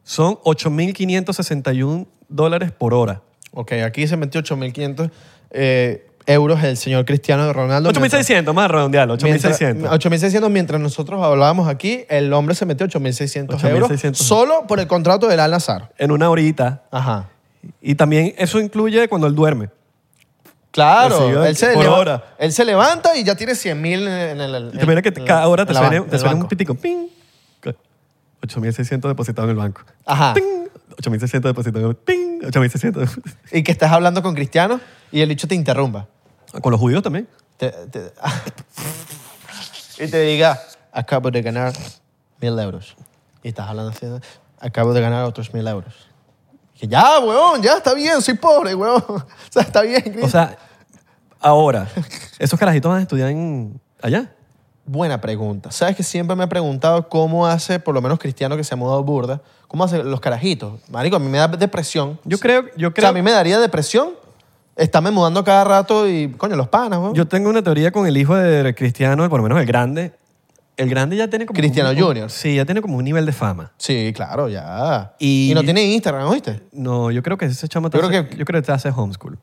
Speaker 1: son 8.561 dólares por hora.
Speaker 2: Ok, aquí se metió 8.500 eh, euros el señor Cristiano Ronaldo.
Speaker 1: 8.600, más redondearlo,
Speaker 2: Mientras-
Speaker 1: 8.600.
Speaker 2: 8.600 mientras nosotros hablábamos aquí, el hombre se metió 8.600 euros
Speaker 1: 8.600.
Speaker 2: solo por el contrato del Al-Nazar.
Speaker 1: En una horita.
Speaker 2: Ajá.
Speaker 1: Y también eso incluye cuando él duerme.
Speaker 2: Eh, Claro,
Speaker 1: Recibió
Speaker 2: él se,
Speaker 1: por
Speaker 2: leva-
Speaker 1: hora.
Speaker 2: él se levanta y ya tiene 100 mil en el.
Speaker 1: Y te mira
Speaker 2: eh,
Speaker 1: que te- cada hora te suene, te suene un
Speaker 2: pitico.
Speaker 1: pitico. Ping. 8.600 depositado en el banco.
Speaker 2: Ajá.
Speaker 1: Ting. 8.600 depositado en el Ting. 8.600.
Speaker 2: Y que estás hablando con Cristiano y el dicho te interrumpa.
Speaker 1: Con los judíos también.
Speaker 2: Te- te- y te diga, acabo de ganar mil euros. Y estás hablando así, ¿no? acabo de ganar otros mil euros. Que ya, weón, ya está bien, soy pobre, weón. O sea, está bien, Cristiano.
Speaker 1: O sea, ahora, esos carajitos van a estudiar en allá.
Speaker 2: Buena pregunta. Sabes que siempre me he preguntado cómo hace, por lo menos Cristiano que se ha mudado burda, cómo hace los carajitos. Marico, a mí me da depresión.
Speaker 1: Yo creo, yo
Speaker 2: O sea,
Speaker 1: creo.
Speaker 2: a mí me daría depresión estarme mudando cada rato y, coño, los panas, weón.
Speaker 1: Yo tengo una teoría con el hijo de Cristiano, por lo menos el grande. El grande ya tiene como.
Speaker 2: Cristiano
Speaker 1: un- un-
Speaker 2: Junior.
Speaker 1: Sí, ya tiene como un nivel de fama.
Speaker 2: Sí, claro, ya. Y,
Speaker 1: Y-
Speaker 2: no tiene Instagram, ¿oíste?
Speaker 1: No, yo creo que ese chamo te
Speaker 2: Yo creo
Speaker 1: hace-
Speaker 2: que-
Speaker 1: yo creo que te hace homeschool.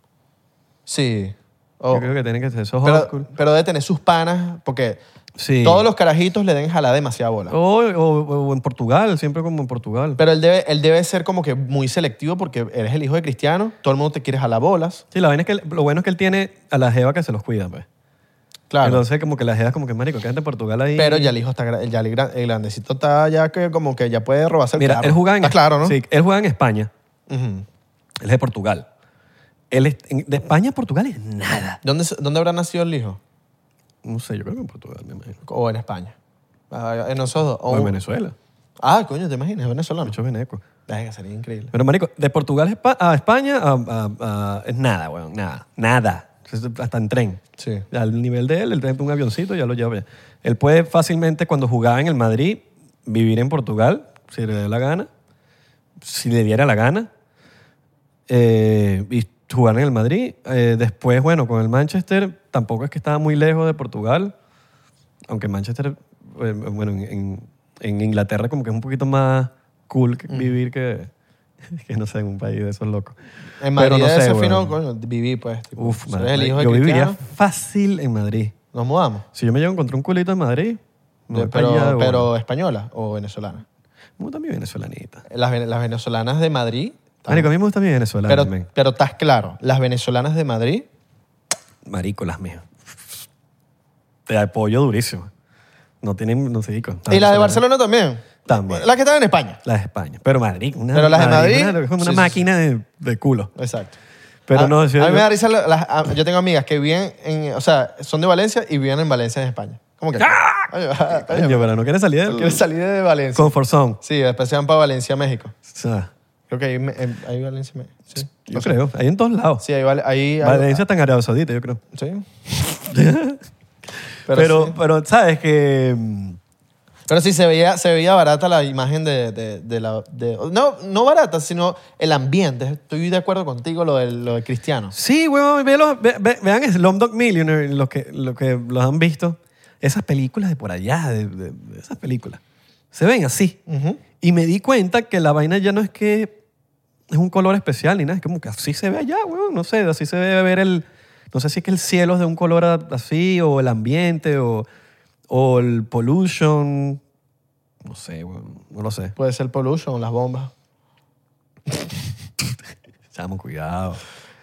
Speaker 2: Sí. Oh. O-
Speaker 1: Yo creo que tiene que hacer esos homeschool.
Speaker 2: pero, pero debe tener sus panas porque
Speaker 1: Sí. Oh.
Speaker 2: todos los carajitos le den jalada demasiada bola.
Speaker 1: O, o- o en Portugal, siempre como en Portugal.
Speaker 2: Pero él debe, él debe ser como que muy selectivo porque eres el hijo de Cristiano, todo el mundo te quiere jalar bolas.
Speaker 1: Sí, la vaina es que él- lo bueno es que él tiene a la jeva que se los cuida, pues.
Speaker 2: Claro.
Speaker 1: Entonces, como que la jeva es como que, marico, quédate en Portugal ahí.
Speaker 2: Pero ya el hijo está, gra- ya el, gran- el grandecito está ya que como que ya puede robarse el
Speaker 1: Mira,
Speaker 2: carro.
Speaker 1: él jugaba en...
Speaker 2: Está claro, ¿no?
Speaker 1: Sí, él jugaba en España.
Speaker 2: Ujú.
Speaker 1: Él es de Portugal. Él es- en- de España a Portugal es nada.
Speaker 2: ¿Dónde, se- ¿Dónde habrá nacido el hijo?
Speaker 1: No sé, yo creo que en Portugal, me imagino.
Speaker 2: O en España. Ah, En nosotros.
Speaker 1: O en Venezuela.
Speaker 2: Ah, coño, ¿te imaginas? Venezolano.
Speaker 1: Muchos venecos.
Speaker 2: Deja que sería increíble.
Speaker 1: Pero, marico, de Portugal a Espa- a España a- a- a- es nada, weón. Nada. Nada. Entonces, Hasta en tren.
Speaker 2: Sí.
Speaker 1: Al nivel de él, él tiene un avioncito y ya lo lleva. allá. Él puede fácilmente, cuando jugaba en el Madrid, vivir en Portugal, si le dé la gana, si le diera la gana, eh, y jugar en el Madrid. Eh, después, bueno, con el Manchester, tampoco es que estaba muy lejos de Portugal, aunque Manchester, eh, bueno, en, en- en Inglaterra como que es un poquito más cool
Speaker 2: Mm.
Speaker 1: que vivir que, que, no sé, en un país de esos locos.
Speaker 2: En Madrid
Speaker 1: Pero no
Speaker 2: de
Speaker 1: sé,
Speaker 2: ese fino,
Speaker 1: weón.
Speaker 2: coño, viví pues. tipo,
Speaker 1: Uf,
Speaker 2: si
Speaker 1: man,
Speaker 2: eres el hijo de
Speaker 1: yo viviría
Speaker 2: Cristiano,
Speaker 1: fácil en Madrid.
Speaker 2: nos mudamos.
Speaker 1: Si yo me llego a encontrar un culito en Madrid, me voy
Speaker 2: De-
Speaker 1: para allá.
Speaker 2: pero,
Speaker 1: de bola.
Speaker 2: pero española o venezolana.
Speaker 1: Me gusta mi venezolanita.
Speaker 2: Las, vene- las venezolanas de Madrid. también.
Speaker 1: Marico, a mí me gusta mi venezolana
Speaker 2: pero,
Speaker 1: también.
Speaker 2: pero estás claro, las venezolanas de Madrid,
Speaker 1: Marico, las mías. Te apoyo durísimo. No tienen, no sé, dico.
Speaker 2: y las de Barcelona también.
Speaker 1: También.
Speaker 2: Las que están en España.
Speaker 1: Las de España. Pero Madrid, una,
Speaker 2: Pero las de Madrid,
Speaker 1: una- es como una
Speaker 2: sí, sí,
Speaker 1: máquina de, de culo.
Speaker 2: Exacto. Ah,
Speaker 1: Pero
Speaker 2: a,
Speaker 1: no, si-
Speaker 2: a mí me da risa. la- las- a- yo tengo amigas que viven en. O sea, son de Valencia y viven en Valencia, en España. ¿Cómo que?
Speaker 1: ¡Ah!
Speaker 2: Oye,
Speaker 1: Coño,
Speaker 2: oye,
Speaker 1: pero no quieres salir del
Speaker 2: Quieren salir de Valencia.
Speaker 1: comfort zone. O
Speaker 2: Sí, después se van para Valencia, México.
Speaker 1: sea,
Speaker 2: Creo que ahí, me- en- ahí Valencia. me- Sí,
Speaker 1: yo creo. Hay en todos lados.
Speaker 2: Sí, ahí. Vale, ahí, ahí-
Speaker 1: Valencia está en Arabia Saudita, yo creo.
Speaker 2: Sí.
Speaker 1: Pero,
Speaker 2: pero,
Speaker 1: pero,
Speaker 2: sí.
Speaker 1: ¿sabes? Que mm,
Speaker 2: Pero sí, se veía, se veía barata la imagen de, de- de la... de- no, no barata, sino el ambiente. Estoy de acuerdo contigo lo del lo de Cristiano.
Speaker 1: Sí, huevón, ve los- ve- ve- vean Slumdog Millionaire, los que, los que los han visto. Esas películas de por allá, de, de- de esas películas, se ven así.
Speaker 2: Ujú.
Speaker 1: Y me di cuenta que la vaina ya no es que es un color especial ni nada, es como que así se ve allá, huevón, no sé, así se debe ver el... No sé si es que el cielo es de un color a- así, o el ambiente, o, o el pollution, No sé, weón. No lo sé.
Speaker 2: Puede ser pollution, las bombas.
Speaker 1: Chamo, cuidado.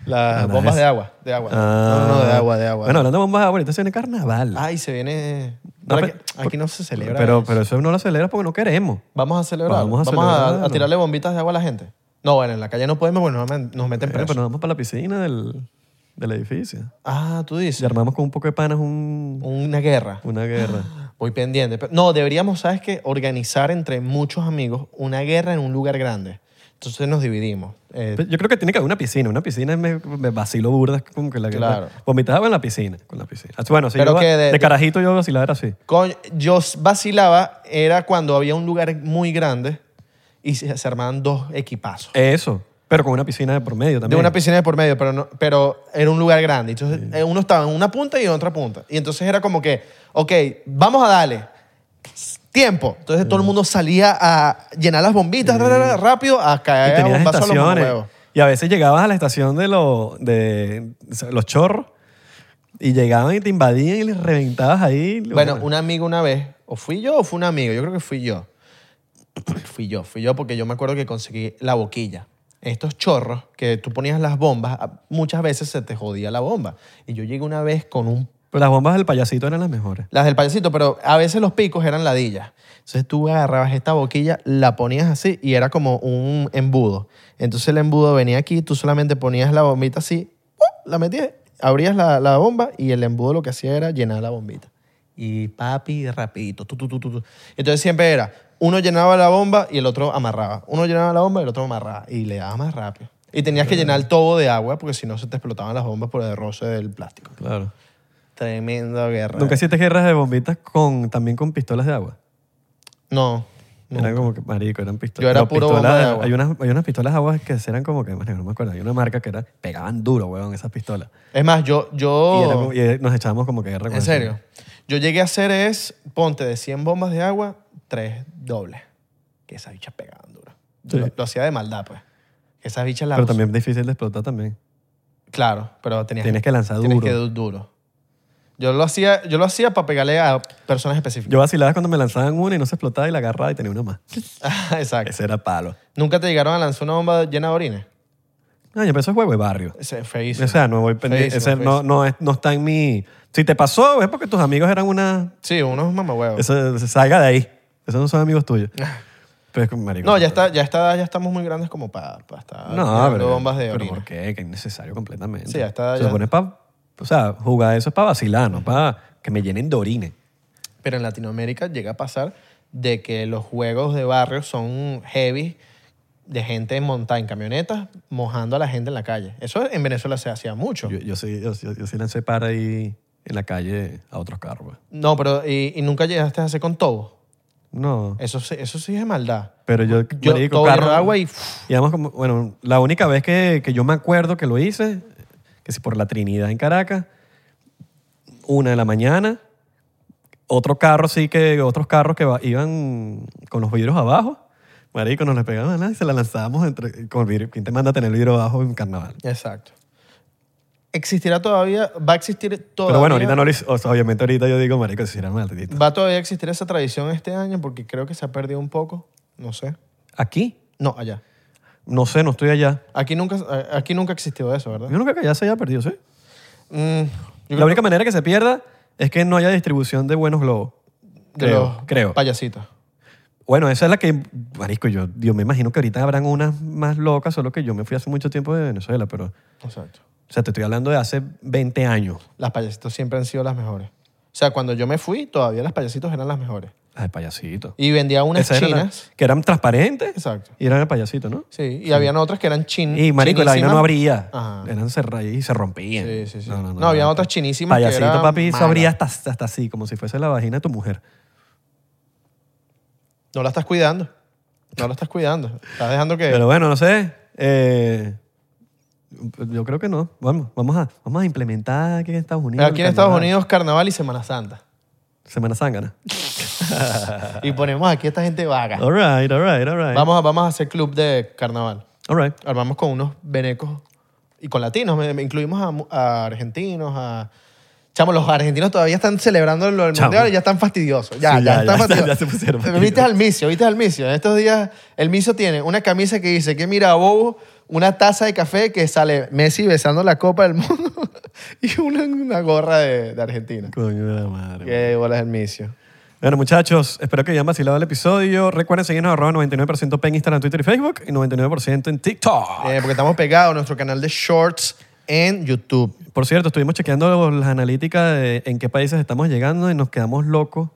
Speaker 2: Las
Speaker 1: Ah, No, no,
Speaker 2: bombas
Speaker 1: es-
Speaker 2: de agua, de agua.
Speaker 1: Ah.
Speaker 2: No, no, de agua, de agua.
Speaker 1: Bueno, hablando de bombas de agua, ahorita se viene carnaval.
Speaker 2: Ay, se viene...
Speaker 1: No,
Speaker 2: Pero
Speaker 1: pe-
Speaker 2: aquí, aquí no se celebra.
Speaker 1: Pero,
Speaker 2: eso.
Speaker 1: pero eso no lo celebras porque no queremos.
Speaker 2: Vamos a celebrar.
Speaker 1: Vamos
Speaker 2: Vamos
Speaker 1: a
Speaker 2: a,
Speaker 1: celebrarlo.
Speaker 2: a tirarle bombitas de agua a la gente. No, bueno, en la calle no podemos porque nos, men- nos meten
Speaker 1: Pero,
Speaker 2: presos.
Speaker 1: pero nos vamos para la piscina del, del edificio.
Speaker 2: Ah, tú
Speaker 1: Y
Speaker 2: dices.
Speaker 1: armamos con un poco de panas un-
Speaker 2: Una guerra.
Speaker 1: una guerra.
Speaker 2: Muy pendiente. Pero- no, deberíamos, ¿sabes qué? Organizar entre muchos amigos una guerra en un lugar grande. Entonces nos dividimos. Eh,
Speaker 1: Pero Yo creo que tiene que haber una piscina. Una piscina me, me vacilo burdas como que la
Speaker 2: Claro.
Speaker 1: Vomitaba en la piscina. Con la piscina. Ah, Bueno, sí,
Speaker 2: Pero
Speaker 1: yo
Speaker 2: que
Speaker 1: va- de,
Speaker 2: de-
Speaker 1: carajito yo vacilaba era así.
Speaker 2: coño, yo s- vacilaba, era cuando había un lugar muy grande y se, se armaban dos equipazos.
Speaker 1: Eso. Pero con una piscina de por medio
Speaker 2: de
Speaker 1: también.
Speaker 2: una piscina de por medio, pero, no- pero era un lugar grande. Entonces, eh, uno estaba en una punta y en otra punta. Y entonces era como que, ok, vamos a darle S- tiempo. Entonces todo el mundo salía a llenar las bombitas ra, ra, ra, rápido a
Speaker 1: Y
Speaker 2: caer a
Speaker 1: tenías
Speaker 2: bombazo a los
Speaker 1: estaciones.
Speaker 2: huevos.
Speaker 1: Y a veces llegabas a la estación de, los de los chorros y llegaban y te invadían y les reventabas ahí.
Speaker 2: Bueno, un amigo una vez, o fui yo o fue un amigo, yo creo que fui yo. fui yo, fui yo porque yo me acuerdo que conseguí la boquilla. Estos chorros que tú ponías las bombas, a- muchas veces se te jodía la bomba. Y yo llegué una vez con un
Speaker 1: Pero las bombas del payasito eran las mejores.
Speaker 2: Las del payasito, pero a veces los picos eran ladillas. Entonces tú agarrabas esta boquilla, la ponías así y era como un embudo. Entonces el embudo venía aquí, tú solamente ponías la bombita así, ¡pum! la metías, abrías la, la bomba y el embudo lo que hacía era llenar la bombita. Y papi, rapidito, tu, tu, tu, tu, tu. Entonces siempre era, uno llenaba la bomba y el otro amarraba. Uno llenaba la bomba y el otro amarraba. Y le daba más rápido. Y tenías que llenar el tobo de agua porque si no se te explotaban las bombas por el roce del plástico.
Speaker 1: Claro.
Speaker 2: Tremenda guerra.
Speaker 1: Nunca hiciste guerras de bombitas con, también con pistolas de agua.
Speaker 2: No. no.
Speaker 1: Eran como que, marico, eran pistolas.
Speaker 2: Yo era
Speaker 1: pero
Speaker 2: puro
Speaker 1: pistolas-
Speaker 2: bomba de agua.
Speaker 1: Hay unas, hay unas pistolas de agua que eran como que, marico, no me acuerdo. Hay una marca que era, pegaban duro, weón, esas pistolas.
Speaker 2: Es más, yo,
Speaker 1: Y, era como-
Speaker 2: yo
Speaker 1: y, eh, nos echábamos como que guerra con
Speaker 2: Oh. en
Speaker 1: eso.
Speaker 2: serio, yo llegué a hacer es, ponte de 100 bombas de agua, tres dobles. Que esas bichas pegaban duro.
Speaker 1: Sí.
Speaker 2: Yo lo, lo hacía de maldad, pues. Esas bichas las...
Speaker 1: Pero también es difícil de explotar también.
Speaker 2: Claro, pero tenías,
Speaker 1: Tienes que lanzar
Speaker 2: tienes
Speaker 1: duro.
Speaker 2: que du- duro. Yo lo hacía, yo lo hacía para pegarle a personas específicas.
Speaker 1: Yo vacilaba cuando me lanzaban una y no se explotaba y la agarraba y tenía una más.
Speaker 2: Exacto.
Speaker 1: Ese era palo.
Speaker 2: ¿Nunca te llegaron a lanzar una bomba llena de orines?
Speaker 1: No, yo pensé juego de barrio.
Speaker 2: Ese, feísimo.
Speaker 1: O sea, no voy pendiente.
Speaker 2: Feísimo,
Speaker 1: ese no,
Speaker 2: feísimo.
Speaker 1: no, es- no está en mi. Si te pasó, es porque tus amigos eran una.
Speaker 2: Sí, unos mamahuevos.
Speaker 1: Eso, eso- salga de ahí. Esos no son amigos tuyos. Pero es que, marico,
Speaker 2: No, ya está, ya está, ya estamos muy grandes como para, estar
Speaker 1: No,
Speaker 2: tirando
Speaker 1: pero.
Speaker 2: bombas de
Speaker 1: pero
Speaker 2: orines.
Speaker 1: ¿Por qué? Que es innecesario completamente.
Speaker 2: Sí, ya está,
Speaker 1: Se
Speaker 2: ya-
Speaker 1: supone para. O sea, jugar eso es para vacilar, no para que me llenen de orines.
Speaker 2: Pero en Latinoamérica llega a pasar de que los juegos de barrio son heavy de gente montada en camionetas mojando a la gente en la calle. Eso en Venezuela se hacía mucho.
Speaker 1: Yo, yo sí, yo, yo- yo sí lancé para ahí en la calle a otros carros. pues.
Speaker 2: No, pero y, y nunca llegaste a hacer con todo.
Speaker 1: No.
Speaker 2: Eso, sí- eso sí es maldad.
Speaker 1: Pero yo,
Speaker 2: Eh, Yo
Speaker 1: marico,
Speaker 2: todo
Speaker 1: carro-
Speaker 2: lleno de agua y uff,
Speaker 1: Y además, como, bueno, la única vez que, que yo me acuerdo que lo hice, que si por la Trinidad en Caracas, una de la mañana, otro carro sí que, otros carros que va- iban con los vidrios abajo, marico, nos les pegaban ¿no? y se la lanzábamos entre, con el vidrio. ¿Quién te manda a tener el vidrio abajo en carnaval?
Speaker 2: Exacto. ¿Existirá todavía? ¿Va a existir todavía?
Speaker 1: Pero bueno, ahorita no lo hice- o sea, obviamente ahorita yo digo, marico, si era maldito.
Speaker 2: ¿Va todavía a existir esa tradición este año? Porque creo que se ha perdido un poco. No sé.
Speaker 1: ¿Aquí?
Speaker 2: No, allá.
Speaker 1: No sé, no estoy allá.
Speaker 2: Aquí nunca, aquí nunca existió eso, ¿verdad?
Speaker 1: Yo no creo que ya se haya perdido, ¿sí?
Speaker 2: Mm, yo
Speaker 1: La única manera que se pierda es que no haya distribución de buenos globos.
Speaker 2: de
Speaker 1: Creo,
Speaker 2: los
Speaker 1: creo.
Speaker 2: payasitos.
Speaker 1: Bueno, esa es la que, marico, yo, yo me imagino que ahorita habrán unas más locas, solo que yo me fui hace mucho tiempo de Venezuela, pero, o
Speaker 2: Exacto.
Speaker 1: sea, te estoy hablando de hace 20 años.
Speaker 2: Las payasitos siempre han sido las mejores. O sea, cuando yo me fui, todavía las payasitos eran las mejores.
Speaker 1: Las de payasito.
Speaker 2: Y vendía unas
Speaker 1: Esas eran
Speaker 2: chinas.
Speaker 1: las- que eran transparentes
Speaker 2: Exacto.
Speaker 1: y eran de payasito, ¿no?
Speaker 2: Sí, y habían otras que eran chin.
Speaker 1: Y, marico, la vaina
Speaker 2: chinísimas.
Speaker 1: no abría.
Speaker 2: Mm, Ajá.
Speaker 1: Eran cerradas y se rompían.
Speaker 2: Sí, sí, sí.
Speaker 1: No, no, no.
Speaker 2: No, habían otras chinísimas que
Speaker 1: Payasito,
Speaker 2: eran
Speaker 1: papi, eso
Speaker 2: malas.
Speaker 1: abría hasta, hasta así, como si fuese la vagina de tu mujer.
Speaker 2: No la estás cuidando. No la estás cuidando. Estás dejando que.
Speaker 1: Pero bueno, no sé. eh, yo creo que no. Vamos, vamos, a, vamos a implementar aquí en Estados Unidos.
Speaker 2: Aquí en
Speaker 1: el
Speaker 2: Estados
Speaker 1: carnaval.
Speaker 2: Unidos, carnaval y Semana Santa.
Speaker 1: Semana Sangana.
Speaker 2: Y ponemos aquí a esta gente vaga.
Speaker 1: All right, all right, all right.
Speaker 2: Vamos a, vamos a hacer club de carnaval.
Speaker 1: All right.
Speaker 2: armamos con unos venecos y con latinos, me- me incluimos a, mu- a argentinos, a Chamo, los argentinos todavía están celebrando lo del
Speaker 1: Chamo.
Speaker 2: mundial y ya están fastidiosos. Ya,
Speaker 1: Sí,
Speaker 2: ya,
Speaker 1: ya,
Speaker 2: están
Speaker 1: ya,
Speaker 2: fastidiosos.
Speaker 1: ya se pusieron fastidiosos.
Speaker 2: Viste al Micio, viste al Micio. En estos días, el Micio tiene una camisa que dice que mira a Bobo, una taza de café que sale Messi besando la Copa del Mundo y una, una gorra de, de Argentina.
Speaker 1: Coño de la madre.
Speaker 2: Qué bolas el Micio.
Speaker 1: Bueno, muchachos, espero que hayan vacilado el episodio. Recuerden seguirnos arroba 99% P en Instagram, Twitter y Facebook y 99% en TikTok.
Speaker 2: Eh, porque estamos pegados a nuestro canal de shorts en YouTube.
Speaker 1: Por cierto, estuvimos chequeando las analíticas de en qué países estamos llegando y nos quedamos locos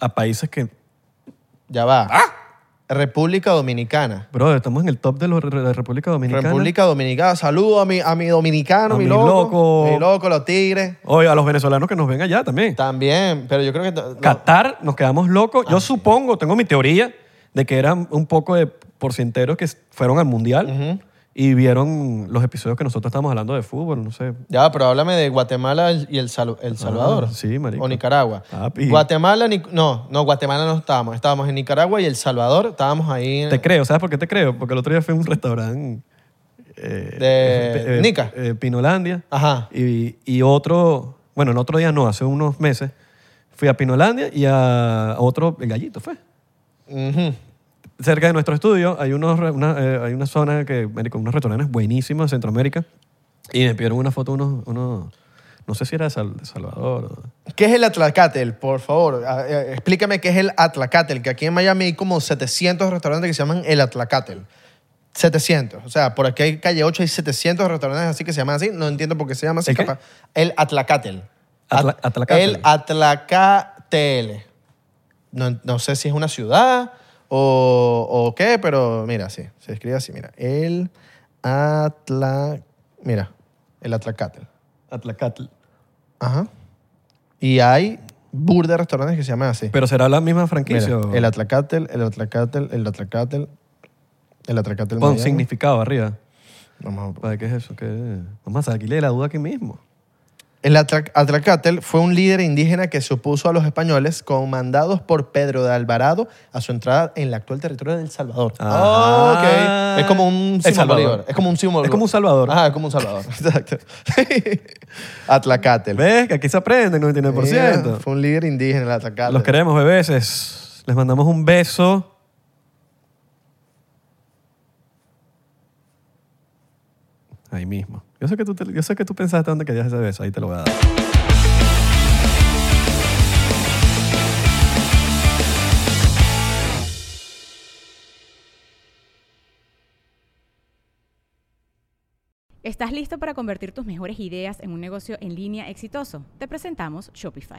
Speaker 1: a países que,
Speaker 2: Ya va.
Speaker 1: Ah.
Speaker 2: República Dominicana.
Speaker 1: bro, estamos en el top de, los re- de República Dominicana.
Speaker 2: República Dominicana. Saludo a mi, a mi dominicano,
Speaker 1: A
Speaker 2: mi,
Speaker 1: mi
Speaker 2: loco,
Speaker 1: loco.
Speaker 2: Mi loco, los tigres.
Speaker 1: Oye, a los venezolanos que nos ven allá también.
Speaker 2: También, pero yo creo que... t- no.
Speaker 1: Qatar, nos quedamos locos.
Speaker 2: Ah,
Speaker 1: Yo supongo, tengo mi teoría de que eran un poco de porcienteros que fueron al mundial y vieron los episodios que nosotros estamos hablando de fútbol, no sé.
Speaker 2: Ya, va, pero háblame de Guatemala y El, Salu- El Salvador.
Speaker 1: Ah, sí, marico.
Speaker 2: O Nicaragua.
Speaker 1: Papi.
Speaker 2: Guatemala, Nic- no, no, Guatemala no estábamos. Estábamos en Nicaragua y El Salvador. Estábamos ahí en...
Speaker 1: Te creo, ¿sabes por qué te creo? Porque el otro día fui a un restaurante. eh,
Speaker 2: De
Speaker 1: pe- eh,
Speaker 2: Nica. Ah.
Speaker 1: eh, Pinolandia.
Speaker 2: Ajá.
Speaker 1: Y, y otro, bueno, el otro día no, hace unos meses, fui a Pinolandia y a otro, el gallito fue.
Speaker 2: Ujú.
Speaker 1: Cerca de nuestro estudio hay, unos, re- una, eh, hay una zona que, marico, unos restaurantes buenísimos en Centroamérica y me pidieron una foto unos, unos no sé si era de Sal- de Salvador o-
Speaker 2: ¿Qué es el Atlacátel? Por favor, a- eh, explícame qué es el Atlacátel, que aquí en Miami hay como 700 restaurantes que se llaman el Atlacátel. 700. O sea, por aquí hay calle 8 hay 700 restaurantes así que se llaman así. No entiendo por qué se llama así.
Speaker 1: ¿El qué?
Speaker 2: capaz. El Atlacátel.
Speaker 1: Atla-
Speaker 2: At-
Speaker 1: Atlacátel.
Speaker 2: El Atlacátel. No, no sé si es una ciudad o, o qué, pero mira, sí. Se escribe así, mira. El Atla... Mira, el Atlacátel.
Speaker 1: Atlacatl.
Speaker 2: Ajá. Y hay burda de restaurantes que se llaman así.
Speaker 1: Pero será la misma franquicia.
Speaker 2: Mira,
Speaker 1: o-
Speaker 2: el Atlacátel, el Atlacátel, el Atlacátel, el Atlacátel.
Speaker 1: Pon
Speaker 2: Miami.
Speaker 1: significado arriba.
Speaker 2: Vamos a-
Speaker 1: ¿Para qué es eso? ¿Qué? Vamos a sacarle la duda aquí mismo.
Speaker 2: El Atla- Atlacátel fue un líder indígena que se opuso a los españoles comandados por Pedro de Alvarado a su entrada en el actual territorio de El Salvador.
Speaker 1: Ah.
Speaker 2: ok. Es como un
Speaker 1: El
Speaker 2: Simón
Speaker 1: Salvador.
Speaker 2: Bolívar. Es como un símbolo.
Speaker 1: Es como un Salvador.
Speaker 2: Ajá, es como un Salvador. Exacto. Atlacátel.
Speaker 1: ¿Ves? Que aquí se aprende el 99%.
Speaker 2: Mira, Fue un líder indígena el Atlacátel.
Speaker 1: Los queremos, bebeses. Les mandamos un beso. Ahí mismo. Yo sé que tú, te- yo sé que tú pensaste dónde querías ese beso. Ahí te lo voy a dar.
Speaker 3: ¿Estás listo para convertir tus mejores ideas en un negocio en línea exitoso? Te presentamos Shopify.